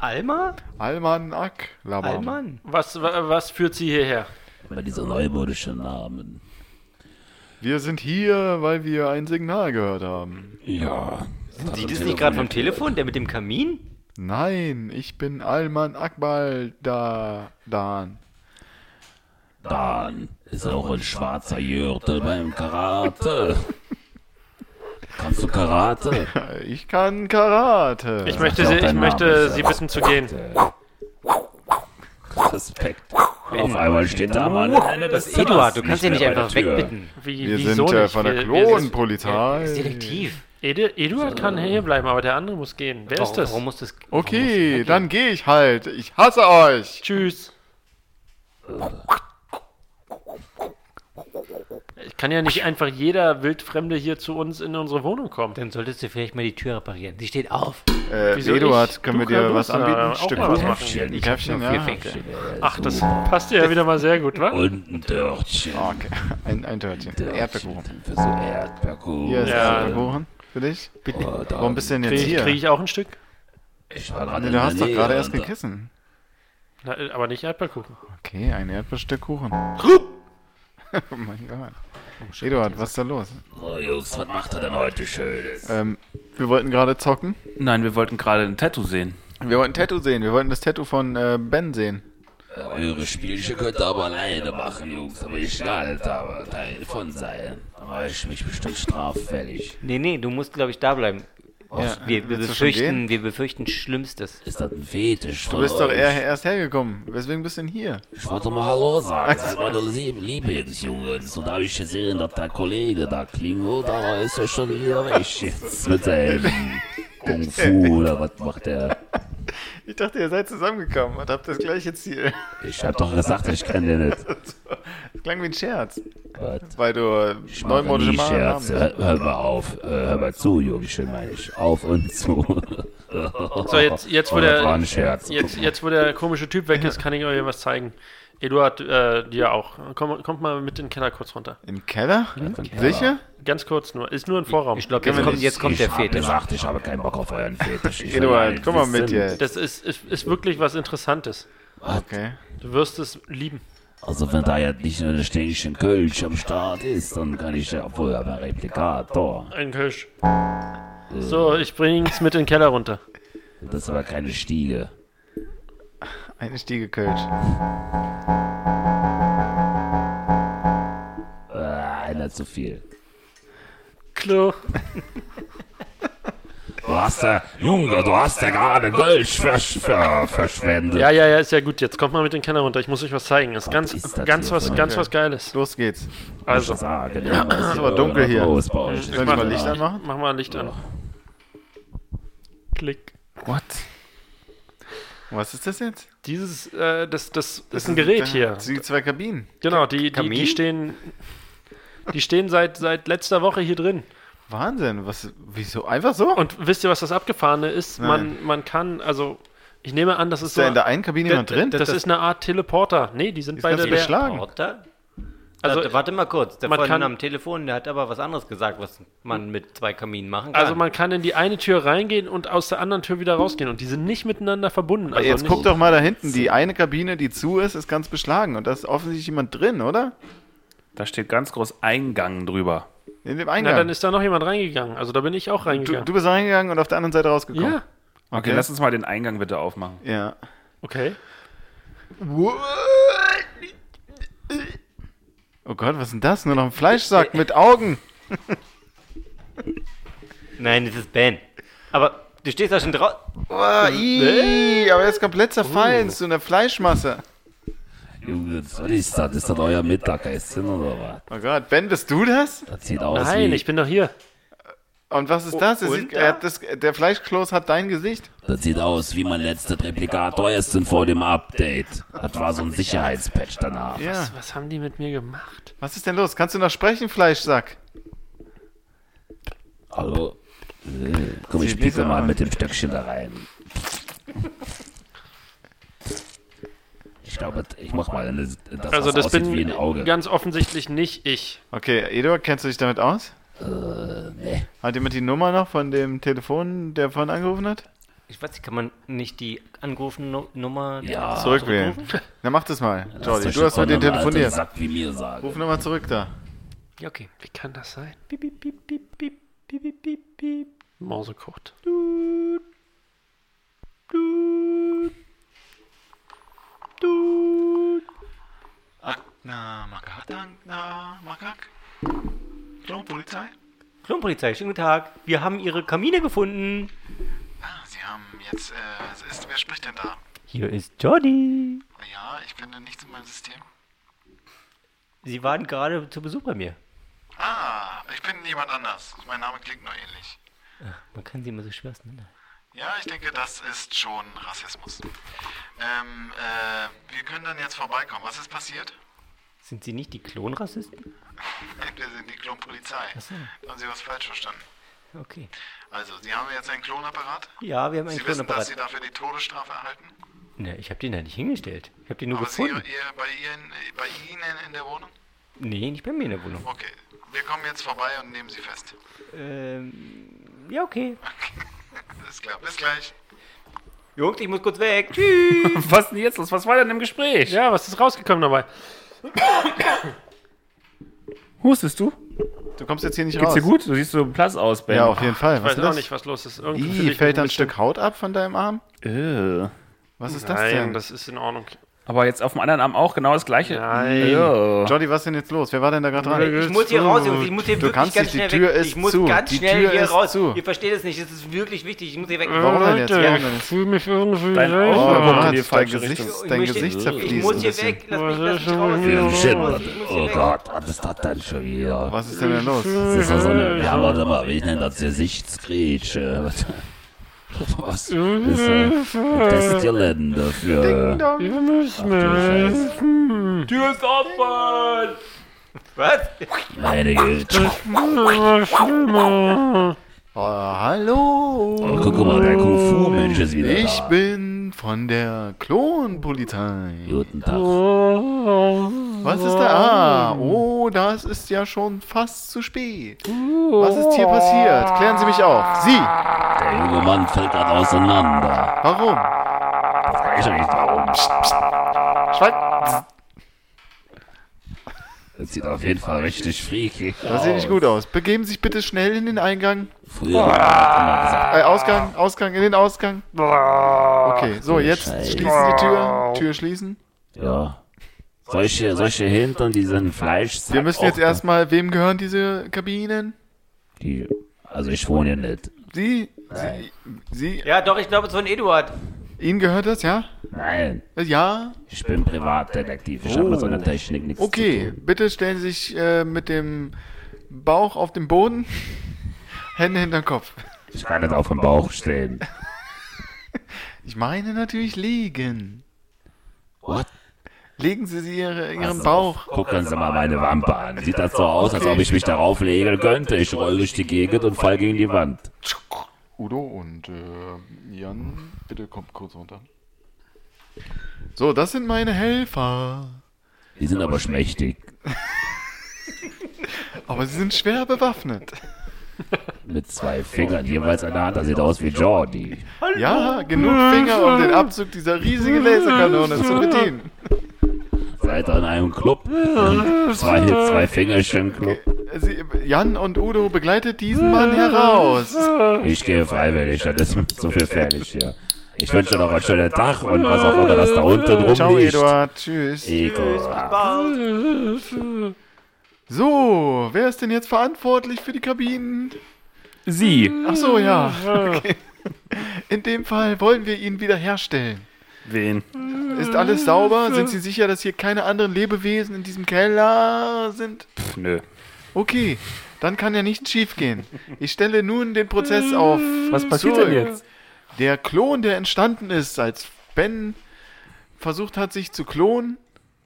[SPEAKER 11] Alma?
[SPEAKER 7] Alman Akalaban.
[SPEAKER 11] Alman?
[SPEAKER 6] was, wa- was führt sie hierher?
[SPEAKER 8] Mit dieser neumodischen Namen.
[SPEAKER 7] Wir sind hier, weil wir ein Signal gehört haben.
[SPEAKER 8] Ja. Sind
[SPEAKER 11] Sieht es nicht gerade vom Telefon, der mit dem Kamin?
[SPEAKER 7] Nein, ich bin Alman Akbaldan.
[SPEAKER 8] Dan ist auch ein schwarzer Jürtel beim Karate. Kannst du Karate?
[SPEAKER 7] Ich kann Karate.
[SPEAKER 6] Ich möchte,
[SPEAKER 8] ist
[SPEAKER 6] sie,
[SPEAKER 8] doch
[SPEAKER 6] ich
[SPEAKER 8] dein
[SPEAKER 6] möchte
[SPEAKER 8] Name,
[SPEAKER 6] sie
[SPEAKER 8] ja.
[SPEAKER 6] bitten zu gehen.
[SPEAKER 8] Respekt.
[SPEAKER 12] Auf einmal steht da mal einer des Zimmers
[SPEAKER 4] Eduard, du kannst
[SPEAKER 12] nicht
[SPEAKER 4] ihn nicht
[SPEAKER 12] mehr bei
[SPEAKER 4] einfach
[SPEAKER 12] der Tür.
[SPEAKER 4] wegbitten.
[SPEAKER 6] Wie-
[SPEAKER 7] Wir
[SPEAKER 6] wieso
[SPEAKER 7] sind, äh,
[SPEAKER 6] nicht?
[SPEAKER 7] von der
[SPEAKER 6] Wir- wir-
[SPEAKER 7] Klonpolizei.
[SPEAKER 6] wir- wir-
[SPEAKER 4] Detektiv.
[SPEAKER 6] Edu, Eduard kann hier bleiben, aber der andere muss gehen. Wer ist das?
[SPEAKER 4] Warum muss das?
[SPEAKER 7] Okay, dann gehe ich halt. Ich hasse euch.
[SPEAKER 6] Tschüss. Ich kann ja nicht einfach jeder Wildfremde hier zu uns in unsere Wohnung kommen.
[SPEAKER 11] Dann solltest du vielleicht mal die Tür reparieren. Die steht auf.
[SPEAKER 7] Äh,
[SPEAKER 6] Wieso
[SPEAKER 7] Eduard,
[SPEAKER 6] ich?
[SPEAKER 7] können wir
[SPEAKER 6] Du
[SPEAKER 7] dir
[SPEAKER 6] kannst
[SPEAKER 7] was
[SPEAKER 6] auch
[SPEAKER 7] anbieten?
[SPEAKER 6] mal
[SPEAKER 7] Ein Stück
[SPEAKER 6] was
[SPEAKER 7] Kuchen?
[SPEAKER 6] machen.
[SPEAKER 7] Käffchen, ich Käffchen, hab noch vier ja. Käffchen.
[SPEAKER 6] Ach, das passt dir ja wieder mal sehr gut, wa?
[SPEAKER 12] Und ein Törtchen.
[SPEAKER 7] Ah, Okay, ein, ein Törtchen. Erdbeerkuchen.
[SPEAKER 12] Für so Erdbeerkuchen.
[SPEAKER 7] Hier ist
[SPEAKER 6] Ja.
[SPEAKER 7] Erdbeerkuchen für dich. Warum bist du denn
[SPEAKER 6] Kriege
[SPEAKER 7] jetzt
[SPEAKER 6] ich,
[SPEAKER 7] hier?
[SPEAKER 6] krieg ich auch ein Stück?
[SPEAKER 12] Ich
[SPEAKER 7] war gerade Nee, du in hast der doch Nähe, gerade erst Alter. gegessen.
[SPEAKER 6] Na, äh, aber nicht Erdbeerkuchen.
[SPEAKER 7] Okay, ein Erdbeerstück Kuchen. oh mein Gott. Eduard, was ist da los?
[SPEAKER 12] Marius, was macht er denn heute Schönes?
[SPEAKER 7] Ähm, wir wollten gerade zocken.
[SPEAKER 5] Nein, wir wollten gerade ein Tattoo sehen.
[SPEAKER 7] Wir wollten Tattoo sehen. Wir wollten das Tattoo von äh, Ben sehen.
[SPEAKER 12] Eure Spielchen könnt ihr aber alleine machen, Jungs. Aber ich halt aber Teil von sein. Aber ich mich bestimmt straffällig.
[SPEAKER 11] Nee, nee, du musst, glaube ich, da bleiben.
[SPEAKER 12] Ja,
[SPEAKER 11] wir, wir,
[SPEAKER 12] willst du schon
[SPEAKER 11] befürchten, wir befürchten Schlimmstes.
[SPEAKER 12] Ist das ein Fetisch
[SPEAKER 7] Du bist doch eher erst hergekommen. Weswegen bist du denn hier?
[SPEAKER 12] Ich wollte mal Hallo sagen. Das war der liebe, liebe jetzt, Jungs. Und da habe ich gesehen, dass der Kollege da klingelt, aber ist ja schon wieder weg. Jetzt mit seinem Kung Fu oder was macht er?
[SPEAKER 7] Ich dachte, ihr seid zusammengekommen und habt das gleiche Ziel.
[SPEAKER 12] Ich hab doch gesagt, ich kenn den nicht.
[SPEAKER 7] Das klang wie ein Scherz. Weil du äh, neumodische
[SPEAKER 12] nie
[SPEAKER 7] Male
[SPEAKER 12] Scherz.
[SPEAKER 7] haben.
[SPEAKER 12] Hör, hör mal auf. Äh, Hör mal zu, Jungchen, meine ich. Auf und zu.
[SPEAKER 6] So, jetzt, jetzt, wo
[SPEAKER 12] Oh, das
[SPEAKER 6] der,
[SPEAKER 12] war ein Scherz.
[SPEAKER 6] Jetzt, jetzt, wo der komische Typ weg ist, kann ich euch was zeigen. Eduard, äh, dir auch. Komm, kommt mal mit in den Keller kurz runter.
[SPEAKER 7] Im Keller? Sicher?
[SPEAKER 6] Ganz kurz nur. Ist nur ein Vorraum.
[SPEAKER 11] Ich glaube, jetzt kommt, jetzt kommt der
[SPEAKER 12] Ich
[SPEAKER 11] Fetisch.
[SPEAKER 12] gesagt, ich habe keinen Bock auf euren Fetisch. Ich will
[SPEAKER 7] Eduard,
[SPEAKER 12] einen
[SPEAKER 7] komm mal mit
[SPEAKER 12] wissen.
[SPEAKER 7] jetzt.
[SPEAKER 6] Das ist, ist, ist wirklich was Interessantes.
[SPEAKER 7] Okay.
[SPEAKER 6] Du wirst es lieben.
[SPEAKER 12] Also wenn da jetzt nicht nur eine Stängchen Kölsch am Start ist, dann kann ich ja obwohl aber ein Replikator.
[SPEAKER 6] Ein Kirsch. So, ich bring's mit in den Keller runter.
[SPEAKER 12] Das ist aber keine Stiege.
[SPEAKER 7] Eine Stiege Kölsch.
[SPEAKER 12] Äh, einer zu viel.
[SPEAKER 6] Klo.
[SPEAKER 12] Du hast ja, Junge, du hast ja gerade Kölsch versch ver verschwendet.
[SPEAKER 6] Ja, ja, ja, ist ja gut. Jetzt kommt mal mit in den Keller runter. Ich muss euch was zeigen. Ist ganz, ganz
[SPEAKER 12] hier
[SPEAKER 6] was,
[SPEAKER 12] für
[SPEAKER 6] ganz
[SPEAKER 12] eine-
[SPEAKER 6] was Geiles.
[SPEAKER 7] Los geht's.
[SPEAKER 6] Also.
[SPEAKER 12] Sagen,
[SPEAKER 7] Es ist aber dunkel hier. Soll ich
[SPEAKER 6] mach-
[SPEAKER 7] mal Licht anmachen?
[SPEAKER 6] Mach mal Licht an. Klick.
[SPEAKER 7] What? Was ist das jetzt?
[SPEAKER 6] Dieses, äh, das, das, ist ein
[SPEAKER 7] sind-
[SPEAKER 6] Gerät
[SPEAKER 7] da-
[SPEAKER 6] hier.
[SPEAKER 7] Die zwei Kabinen.
[SPEAKER 6] Genau, die, die,
[SPEAKER 7] Kamin?
[SPEAKER 6] die stehen, die stehen seit, seit letzter Woche hier drin.
[SPEAKER 7] Wahnsinn, was, wieso? Einfach so?
[SPEAKER 6] Und wisst ihr, was das Abgefahrene ist? Man,
[SPEAKER 7] Nein.
[SPEAKER 6] man kann, also, ich nehme an, das ist,
[SPEAKER 7] da
[SPEAKER 6] so.
[SPEAKER 7] in der einen Kabine
[SPEAKER 6] Da-
[SPEAKER 7] jemand drin?
[SPEAKER 6] Das,
[SPEAKER 7] Das-
[SPEAKER 6] ist eine Art Teleporter. Nee, die sind
[SPEAKER 7] Ist
[SPEAKER 6] beide
[SPEAKER 7] ganz
[SPEAKER 6] leer.
[SPEAKER 7] beschlagen.
[SPEAKER 11] Porter?
[SPEAKER 6] Also,
[SPEAKER 11] Also, warte mal kurz. Der
[SPEAKER 6] man
[SPEAKER 11] Freund
[SPEAKER 6] kann-
[SPEAKER 11] am Telefon, der hat aber was anderes gesagt, was man mit zwei Kaminen machen kann.
[SPEAKER 6] Also man kann in die eine Tür reingehen und aus der anderen Tür wieder rausgehen und die sind nicht miteinander verbunden.
[SPEAKER 7] Aber
[SPEAKER 6] Also
[SPEAKER 7] jetzt
[SPEAKER 6] nicht,
[SPEAKER 7] guck doch mal da hinten. Die eine Kabine, die zu ist, ist ganz beschlagen. Und da ist offensichtlich jemand drin, oder?
[SPEAKER 5] Da steht ganz groß Eingang drüber.
[SPEAKER 7] In dem
[SPEAKER 6] Na,
[SPEAKER 7] Eingang.
[SPEAKER 6] dann ist da noch jemand reingegangen. Also da bin ich auch
[SPEAKER 7] du,
[SPEAKER 6] reingegangen.
[SPEAKER 7] du bist reingegangen und auf der anderen Seite rausgekommen.
[SPEAKER 6] Ja.
[SPEAKER 5] Okay, lass uns mal den Eingang bitte aufmachen.
[SPEAKER 7] Ja.
[SPEAKER 6] okay.
[SPEAKER 7] Oh Gott, was ist denn das? Nur noch ein Fleischsack mit Augen.
[SPEAKER 11] Nein, das ist Ben. Aber du stehst da schon drauf.
[SPEAKER 5] Äh,
[SPEAKER 7] Oh, ii, aber er ist komplett
[SPEAKER 5] Oh.
[SPEAKER 7] zerfallen zu einer Fleischmasse.
[SPEAKER 12] Junge, was ist das? Ist das euer Mittagessen oder was?
[SPEAKER 7] Oh Gott, Ben, bist du das?
[SPEAKER 12] Das sieht aus
[SPEAKER 6] Nein,
[SPEAKER 12] wie...
[SPEAKER 6] ich bin doch hier.
[SPEAKER 7] Und was
[SPEAKER 5] Oh,
[SPEAKER 7] ist das? Er sieht, er hat das der Fleischkloß hat dein Gesicht.
[SPEAKER 12] Das sieht aus wie mein letzter Replikator erst vor dem Update. Das war so ein Sicherheitspatch danach.
[SPEAKER 7] Ja.
[SPEAKER 6] Was, was haben die mit mir gemacht?
[SPEAKER 7] Was ist denn los? Kannst du noch sprechen, Fleischsack?
[SPEAKER 12] Hallo? Äh, Komm, ich
[SPEAKER 7] Sieht
[SPEAKER 12] picke
[SPEAKER 7] nicht so
[SPEAKER 12] mal
[SPEAKER 7] aus.
[SPEAKER 12] mit dem Stöckchen da rein. Ich glaube, ich mach mal eine, das,
[SPEAKER 6] also
[SPEAKER 12] was
[SPEAKER 6] das
[SPEAKER 12] aussieht
[SPEAKER 6] bin
[SPEAKER 12] wie ein Auge.
[SPEAKER 6] ganz offensichtlich nicht ich.
[SPEAKER 7] Okay, Eduard, kennst du dich damit aus?
[SPEAKER 12] nee.
[SPEAKER 7] Hat jemand die Nummer noch von dem Telefon, der vorhin angerufen hat?
[SPEAKER 11] Ich weiß nicht, kann man nicht die angerufene Nu- Nummer
[SPEAKER 12] Ja.
[SPEAKER 7] Zurückwählen.
[SPEAKER 11] zurückrufen?
[SPEAKER 7] Na mach das mal.
[SPEAKER 12] Lass
[SPEAKER 7] Jordi,
[SPEAKER 12] doch
[SPEAKER 7] du hast
[SPEAKER 12] schon
[SPEAKER 7] mit denen
[SPEAKER 12] von einem
[SPEAKER 7] telefoniert.
[SPEAKER 12] alten Sack wie mir sagen.
[SPEAKER 7] Ruf nochmal zurück da.
[SPEAKER 11] Ja, okay.
[SPEAKER 6] Wie kann das sein?
[SPEAKER 11] Piep, piep, piep, piep, piep, piep, piep, piep, piep.
[SPEAKER 6] Mausekurt.
[SPEAKER 7] Na, Makak, na, Makak. Klonpolizei?
[SPEAKER 11] Klonpolizei, schönen guten Tag. Wir haben Ihre Kamine gefunden.
[SPEAKER 9] Ah,
[SPEAKER 7] Sie haben jetzt, äh, wer spricht denn da?
[SPEAKER 11] Hier ist Jordi.
[SPEAKER 7] Ja,
[SPEAKER 9] da? Ich finde nichts in meinem System.
[SPEAKER 4] Sie waren gerade zu Besuch bei mir.
[SPEAKER 9] Ah, ich bin jemand anders. Mein Name klingt nur ähnlich.
[SPEAKER 4] Ach, man kann sie immer so schwer auseinander.
[SPEAKER 9] Ja, ich denke, das ist schon Rassismus. Ähm, äh, wir können dann jetzt vorbeikommen. Was ist passiert?
[SPEAKER 4] Sind Sie nicht die Klonrassisten?
[SPEAKER 9] Wir sind die Klonpolizei.
[SPEAKER 4] Ach so.
[SPEAKER 9] Da haben Sie was falsch verstanden.
[SPEAKER 4] Okay.
[SPEAKER 9] Also, Sie haben jetzt einen Klonapparat?
[SPEAKER 4] Ja, wir haben einen
[SPEAKER 9] Sie wissen,
[SPEAKER 4] Klonapparat.
[SPEAKER 9] dass Sie dafür die Todesstrafe erhalten?
[SPEAKER 4] Ne, ich habe den da nicht hingestellt. Ich habe den nur
[SPEAKER 9] Aber Sie,
[SPEAKER 4] gefunden.
[SPEAKER 9] ihr, bei, Ihnen, bei Ihnen in der Wohnung?
[SPEAKER 4] Nee, nicht bei mir in der Wohnung.
[SPEAKER 9] Okay. Wir kommen jetzt vorbei und nehmen Sie fest.
[SPEAKER 4] Ähm, ja, okay.
[SPEAKER 9] Alles klar, bis gleich.
[SPEAKER 4] Jungs, ich muss kurz weg. Tschüss.
[SPEAKER 5] Was ist denn jetzt los? Was war denn im Gespräch?
[SPEAKER 6] Ja, was ist rausgekommen dabei?
[SPEAKER 5] Hustest du?
[SPEAKER 7] Du kommst jetzt hier nicht
[SPEAKER 5] Geht's
[SPEAKER 7] raus.
[SPEAKER 5] dir gut? Du siehst so blass aus, Ben.
[SPEAKER 7] Ja, auf jeden Fall.
[SPEAKER 6] Ich weiß auch nicht, was los ist. Irgendwie fühle ich
[SPEAKER 7] Ih,
[SPEAKER 6] mich
[SPEAKER 7] fällt da ein
[SPEAKER 6] ein
[SPEAKER 7] Stück Haut ab von deinem Arm?
[SPEAKER 5] Äh.
[SPEAKER 7] Was ist das
[SPEAKER 6] Nein,
[SPEAKER 7] denn?
[SPEAKER 6] das ist in Ordnung.
[SPEAKER 5] Aber jetzt auf dem anderen Arm auch genau das gleiche.
[SPEAKER 6] Nein.
[SPEAKER 5] Ja.
[SPEAKER 7] Jolly, was ist denn jetzt los? Wer war denn da gerade dran?
[SPEAKER 4] Ich muss hier raus, Jungs. Ich muss hier
[SPEAKER 7] du
[SPEAKER 4] wirklich
[SPEAKER 7] kannst
[SPEAKER 4] ganz
[SPEAKER 7] nicht,
[SPEAKER 4] schnell
[SPEAKER 7] die Tür
[SPEAKER 4] weg.
[SPEAKER 7] Ist
[SPEAKER 4] ich muss
[SPEAKER 7] zu.
[SPEAKER 4] ganz
[SPEAKER 7] die
[SPEAKER 4] schnell
[SPEAKER 7] Tür
[SPEAKER 4] hier
[SPEAKER 7] ist
[SPEAKER 4] raus.
[SPEAKER 7] Zu. Äh,
[SPEAKER 4] Ihr versteht es nicht. Es ist wirklich wichtig. Ich muss hier weg.
[SPEAKER 7] Warum denn jetzt? Warum denn
[SPEAKER 6] Ich fühle mich irgendwie
[SPEAKER 7] Dein
[SPEAKER 6] seltsam.
[SPEAKER 7] Auge
[SPEAKER 6] Oh,
[SPEAKER 7] guckt in die
[SPEAKER 6] Gott,
[SPEAKER 7] falsche
[SPEAKER 6] dein
[SPEAKER 7] Richtung.
[SPEAKER 6] Gesicht-
[SPEAKER 7] Ich Dein möchte- Gesicht ich zerfließt muss ein hier bisschen. weg.
[SPEAKER 4] Lass
[SPEAKER 6] Was
[SPEAKER 4] mich- lass
[SPEAKER 6] ist
[SPEAKER 4] mich
[SPEAKER 6] denn
[SPEAKER 4] raus.
[SPEAKER 6] hier
[SPEAKER 12] Film
[SPEAKER 6] los?
[SPEAKER 12] Shit, oh Gott, was ist das denn schon wieder?
[SPEAKER 7] Was ist denn da los?
[SPEAKER 12] Das ist doch so eine, ja, warte mal, wie nennt das Gesichtsgrätsche? Was?
[SPEAKER 7] Mhm.
[SPEAKER 12] Das ist äh, das Gelände für...
[SPEAKER 6] Ihr müsst mir helfen.
[SPEAKER 5] Tür ist offen!
[SPEAKER 4] Was?
[SPEAKER 12] Meine Güte.
[SPEAKER 6] Das wird immer schlimmer.
[SPEAKER 7] Oh, hallo.
[SPEAKER 12] Oh, guck mal, der Kung-Fu-Mensch ist wieder
[SPEAKER 7] Ich
[SPEAKER 12] da.
[SPEAKER 7] bin von der Klonpolizei.
[SPEAKER 12] Guten Tag.
[SPEAKER 7] Was ist da? Ah, oh, das ist ja schon fast zu spät. Was ist hier passiert? Klären Sie mich auf. Sie.
[SPEAKER 12] Der junge Mann fällt gerade auseinander.
[SPEAKER 7] Warum?
[SPEAKER 12] Das weiß ich nicht warum. Psst, psst.
[SPEAKER 7] Schweig.
[SPEAKER 12] Das sieht auf jeden Fall richtig freaky aus.
[SPEAKER 7] Das sieht nicht gut aus. Begeben Sie sich bitte schnell in den Eingang.
[SPEAKER 12] Früher hat man immer gesagt,
[SPEAKER 7] Äh, Ausgang, Ausgang, in den Ausgang. Okay, so,
[SPEAKER 12] Ach,
[SPEAKER 7] jetzt
[SPEAKER 12] Scheiße.
[SPEAKER 7] schließen die Tür. Tür schließen.
[SPEAKER 12] ja. Solche, solche Hintern, die sind Fleisch.
[SPEAKER 7] Wir müssen jetzt erstmal, wem gehören diese Kabinen?
[SPEAKER 12] Die, also ich wohne hier nicht.
[SPEAKER 7] Sie? Sie? Sie?
[SPEAKER 4] Ja, doch, ich glaube, es war ein Eduard.
[SPEAKER 7] Ihnen gehört das, ja?
[SPEAKER 12] Nein,
[SPEAKER 7] Äh, Ja?
[SPEAKER 12] ich bin Privatdetektiv. Ich habe mit so einer Technik nichts
[SPEAKER 7] Okay,
[SPEAKER 12] zu tun.
[SPEAKER 7] bitte stellen Sie sich äh, mit dem Bauch auf den Boden, Hände hinter den Kopf.
[SPEAKER 12] Ich kann nicht auf dem Bauch stehen.
[SPEAKER 7] Ich meine natürlich liegen.
[SPEAKER 12] What?
[SPEAKER 7] Legen Sie sie ihre, Ihren
[SPEAKER 12] Also,
[SPEAKER 7] Bauch.
[SPEAKER 12] Gucken Sie mal meine Wampe an. Sieht das so aus, als ob ich mich darauf legen könnte. Ich roll durch die Gegend und fall gegen die Wand.
[SPEAKER 7] Udo und äh, Jan, bitte kommt kurz runter. So, das sind meine Helfer.
[SPEAKER 12] Die sind aber schmächtig.
[SPEAKER 7] Aber sie sind schwer bewaffnet.
[SPEAKER 12] Mit zwei Fingern jeweils an der Hand. Das sieht aus wie Jordi.
[SPEAKER 7] Ja, genug Finger, um den Abzug dieser riesigen Laserkanone zu bedienen.
[SPEAKER 12] Seid ihr in einem Club? Zwei, zwei Fingerchen Club.
[SPEAKER 7] Sie, Jan und Udo begleitet diesen Mann heraus.
[SPEAKER 12] Ich gehe freiwillig, das ist mir zu viel fertig hier. Ich wünsche noch einen schönen Tag und was auch immer das da unten rumliegt.
[SPEAKER 7] Ciao, Eduard. Tschüss.
[SPEAKER 12] E- Igor.
[SPEAKER 7] So, wer ist denn jetzt verantwortlich für die Kabinen?
[SPEAKER 5] Sie.
[SPEAKER 7] Ach so, ja. Okay. In dem Fall wollen wir ihn wiederherstellen.
[SPEAKER 5] Wen?
[SPEAKER 7] Ist alles sauber? Sind Sie sicher, dass hier keine anderen Lebewesen in diesem Keller sind?
[SPEAKER 5] Pff, nö.
[SPEAKER 7] Okay, dann kann ja nichts schiefgehen. Ich stelle nun den Prozess auf.
[SPEAKER 5] Was passiert
[SPEAKER 7] zurück.
[SPEAKER 5] denn jetzt?
[SPEAKER 7] Der Klon, der entstanden ist, als Ben versucht hat, sich zu klonen,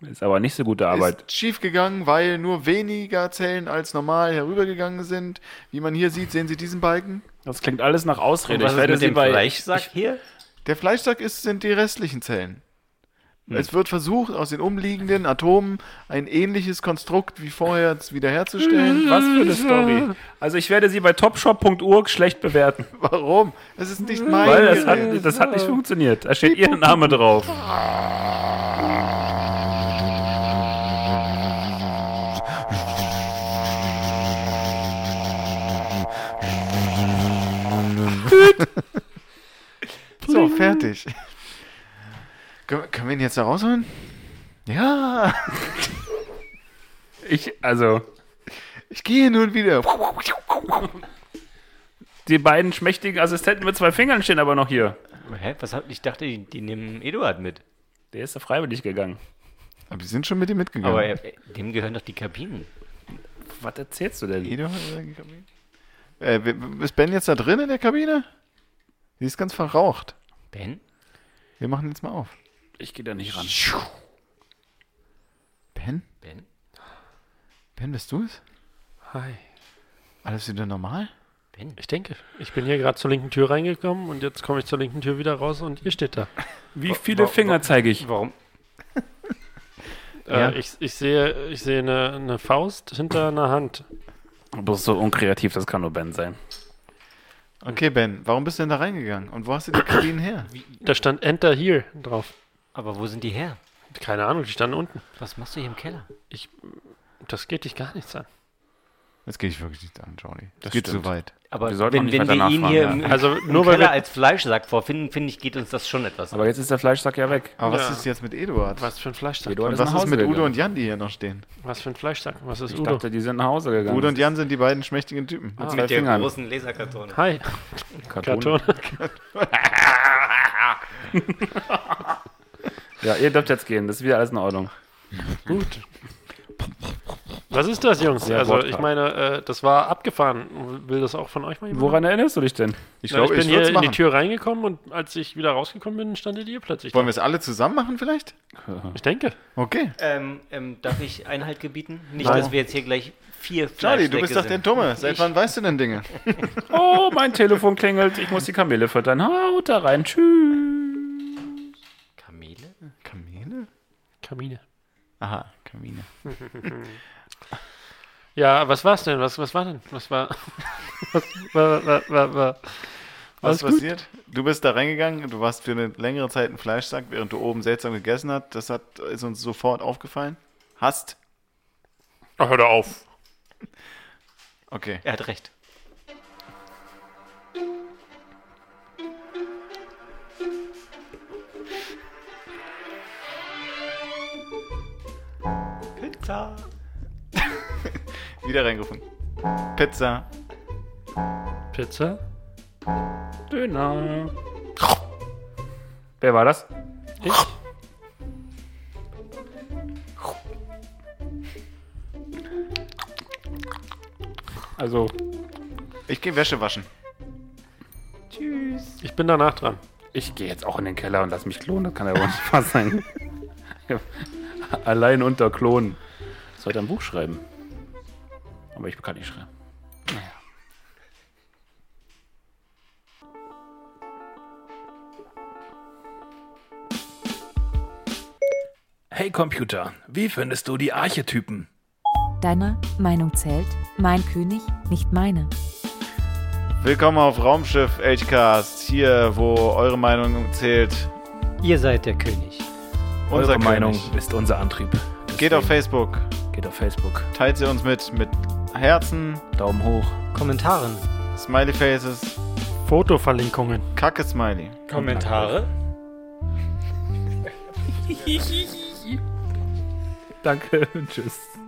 [SPEAKER 5] Ist aber nicht so gute Arbeit.
[SPEAKER 7] ist schiefgegangen, weil nur weniger Zellen als normal herübergegangen sind. Wie man hier sieht, sehen Sie diesen Balken?
[SPEAKER 5] Das klingt alles nach Ausrede.
[SPEAKER 4] Und was ist mit dem
[SPEAKER 5] lieber-
[SPEAKER 4] Fleischsack hier?
[SPEAKER 7] Der Fleischsack ist, sind die restlichen Zellen. Es wird versucht, aus den umliegenden Atomen ein ähnliches Konstrukt wie vorher wiederherzustellen.
[SPEAKER 5] Was für eine Story. Also ich werde sie bei topshop.org schlecht bewerten.
[SPEAKER 7] Warum? Es ist nicht mein
[SPEAKER 5] Weil das
[SPEAKER 7] Gerät.
[SPEAKER 5] hat, das hat nicht funktioniert. Da steht ihr Name drauf.
[SPEAKER 7] So, fertig. Können, können wir ihn jetzt da rausholen? Ja,
[SPEAKER 5] Ich, also,
[SPEAKER 7] ich gehe nun wieder.
[SPEAKER 5] die beiden schmächtigen Assistenten mit zwei Fingern stehen aber noch hier.
[SPEAKER 4] Hä? Was hab, ich dachte, die, die nehmen Eduard mit.
[SPEAKER 5] Der ist da freiwillig gegangen.
[SPEAKER 7] Aber die sind schon mit ihm mitgegangen.
[SPEAKER 4] Aber äh, dem gehören doch die Kabinen.
[SPEAKER 5] Was erzählst du denn?
[SPEAKER 7] Jeder hat seine Kabine. Äh, w- w- ist Ben jetzt da drin in der Kabine? Die ist ganz verraucht.
[SPEAKER 4] Ben?
[SPEAKER 7] Wir machen jetzt mal auf.
[SPEAKER 5] Ich gehe da nicht ran.
[SPEAKER 7] Ben?
[SPEAKER 4] Ben?
[SPEAKER 7] Ben, bist du es?
[SPEAKER 6] Hi.
[SPEAKER 7] Alles wieder normal?
[SPEAKER 6] Ich denke, ich bin hier gerade zur linken Tür reingekommen und jetzt komme ich zur linken Tür wieder raus und ihr steht da.
[SPEAKER 5] Wie viele Finger zeige ich?
[SPEAKER 4] Warum?
[SPEAKER 6] Äh,
[SPEAKER 5] Ja.
[SPEAKER 6] ich, ich sehe, ich sehe eine, eine Faust hinter einer Hand.
[SPEAKER 5] Du bist so unkreativ, das kann nur Ben sein.
[SPEAKER 7] Okay, Ben, warum bist du denn da reingegangen? Und wo hast du die Kabinen her?
[SPEAKER 6] Da stand Enter Here drauf.
[SPEAKER 4] Aber wo sind die her?
[SPEAKER 6] Keine Ahnung, die standen unten.
[SPEAKER 4] Was machst du hier im Keller?
[SPEAKER 6] Ich, das geht dich gar nichts an.
[SPEAKER 7] Das geht ich wirklich nicht an, Johnny. Das,
[SPEAKER 6] Das
[SPEAKER 7] geht
[SPEAKER 6] stimmt.
[SPEAKER 7] zu weit.
[SPEAKER 4] Aber
[SPEAKER 5] Wir sollten auch
[SPEAKER 4] wenn,
[SPEAKER 5] nicht
[SPEAKER 4] wenn wir
[SPEAKER 5] weiter
[SPEAKER 4] ihn
[SPEAKER 5] nachfragen,
[SPEAKER 4] hier
[SPEAKER 5] ja.
[SPEAKER 4] im, im,
[SPEAKER 5] Also,
[SPEAKER 4] im
[SPEAKER 5] nur weil
[SPEAKER 4] Keller
[SPEAKER 5] wir-
[SPEAKER 4] als Fleischsack vorfinden, finde ich, geht uns das schon etwas
[SPEAKER 5] Aber jetzt ist der Fleischsack ja weg.
[SPEAKER 7] Aber was ist jetzt mit Eduard?
[SPEAKER 6] Was für ein Fleischsack?
[SPEAKER 5] Eduard
[SPEAKER 7] Und
[SPEAKER 5] ist
[SPEAKER 7] was
[SPEAKER 5] nach
[SPEAKER 7] ist
[SPEAKER 5] Hause
[SPEAKER 7] mit Udo
[SPEAKER 5] gegangen.
[SPEAKER 7] und Jan, die hier noch stehen?
[SPEAKER 6] Was für ein Fleischsack? Was ist
[SPEAKER 5] Ich
[SPEAKER 6] Udo?
[SPEAKER 5] dachte, die sind nach Hause gegangen.
[SPEAKER 7] Udo und Jan sind die beiden schmächtigen Typen.
[SPEAKER 5] Ah.
[SPEAKER 7] mit zwei
[SPEAKER 5] Mit der
[SPEAKER 7] Fingern.
[SPEAKER 4] großen Laserkartone.
[SPEAKER 6] Hi.
[SPEAKER 5] Karton.
[SPEAKER 6] Karton.
[SPEAKER 5] Ja, ihr dürft jetzt gehen. Das ist wieder alles in Ordnung.
[SPEAKER 6] Gut. Was ist das, Jungs?
[SPEAKER 5] Ja,
[SPEAKER 6] also,
[SPEAKER 5] Wodka.
[SPEAKER 6] ich meine, äh, das war abgefahren. Will das auch von euch mal jemand?
[SPEAKER 5] Woran erinnerst du dich denn?
[SPEAKER 7] Ich
[SPEAKER 6] Na,
[SPEAKER 7] glaube,
[SPEAKER 6] ich
[SPEAKER 7] ich,
[SPEAKER 6] bin
[SPEAKER 7] würde
[SPEAKER 6] hier
[SPEAKER 7] es
[SPEAKER 6] in die
[SPEAKER 7] machen.
[SPEAKER 6] Tür reingekommen und als ich wieder rausgekommen bin, standet ihr plötzlich.
[SPEAKER 7] Wollen wir es alle zusammen machen vielleicht?
[SPEAKER 6] Ich denke.
[SPEAKER 7] Okay.
[SPEAKER 4] Ähm, ähm, darf ich Einhalt gebieten? Nicht,
[SPEAKER 7] Nein.
[SPEAKER 4] dass wir jetzt hier gleich vier
[SPEAKER 7] Charlie, du
[SPEAKER 4] Fleischsäcke
[SPEAKER 7] bist doch der
[SPEAKER 4] sind.
[SPEAKER 7] Dumme. Seit wann weißt du denn Dinge?
[SPEAKER 5] Oh, mein Telefon klingelt. Ich muss die Kamele füttern. Haut da rein. Tschüss.
[SPEAKER 4] Kamele?
[SPEAKER 7] Kamele?
[SPEAKER 6] Kamine.
[SPEAKER 7] Aha, Kamine.
[SPEAKER 6] Ja, was war's denn? Was, was war denn? Was war. was war. war, war, war. Alles
[SPEAKER 7] Was ist passiert? Du bist da reingegangen, du warst für eine längere Zeit ein Fleischsack, während du oben seltsam gegessen hast. Das hat, ist uns sofort aufgefallen. Hast.
[SPEAKER 6] Ach, hör doch auf.
[SPEAKER 7] Okay.
[SPEAKER 4] Er hat recht. Pizza.
[SPEAKER 7] Wieder reingefunden. Pizza.
[SPEAKER 6] Pizza?
[SPEAKER 5] Döner. Wer war das?
[SPEAKER 6] Ich?
[SPEAKER 5] Also.
[SPEAKER 7] Ich gehe Wäsche waschen.
[SPEAKER 6] Tschüss. Ich bin danach dran.
[SPEAKER 5] Ich gehe jetzt auch in den Keller und lass mich klonen. Das kann ja wohl nicht wahr sein. Allein unter Klonen. Ich sollte ein Buch schreiben. Aber ich kann nicht schreiben.
[SPEAKER 12] Hey Computer, wie findest du die Archetypen?
[SPEAKER 9] Deine Meinung zählt, mein König, nicht meine.
[SPEAKER 7] Willkommen auf Raumschiff Elchcast. Hier, wo eure Meinung zählt.
[SPEAKER 13] Ihr seid der König.
[SPEAKER 7] Unser
[SPEAKER 12] Eure Meinung
[SPEAKER 7] König.
[SPEAKER 12] ist unser Antrieb.
[SPEAKER 7] Geht auf Facebook.
[SPEAKER 12] Geht auf Facebook.
[SPEAKER 7] Teilt sie uns mit. Mit Herzen.
[SPEAKER 12] Daumen hoch.
[SPEAKER 13] Kommentaren.
[SPEAKER 7] Smiley Faces.
[SPEAKER 6] Fotoverlinkungen.
[SPEAKER 7] Kacke Smiley.
[SPEAKER 13] Kommentare?
[SPEAKER 5] Danke. Tschüss.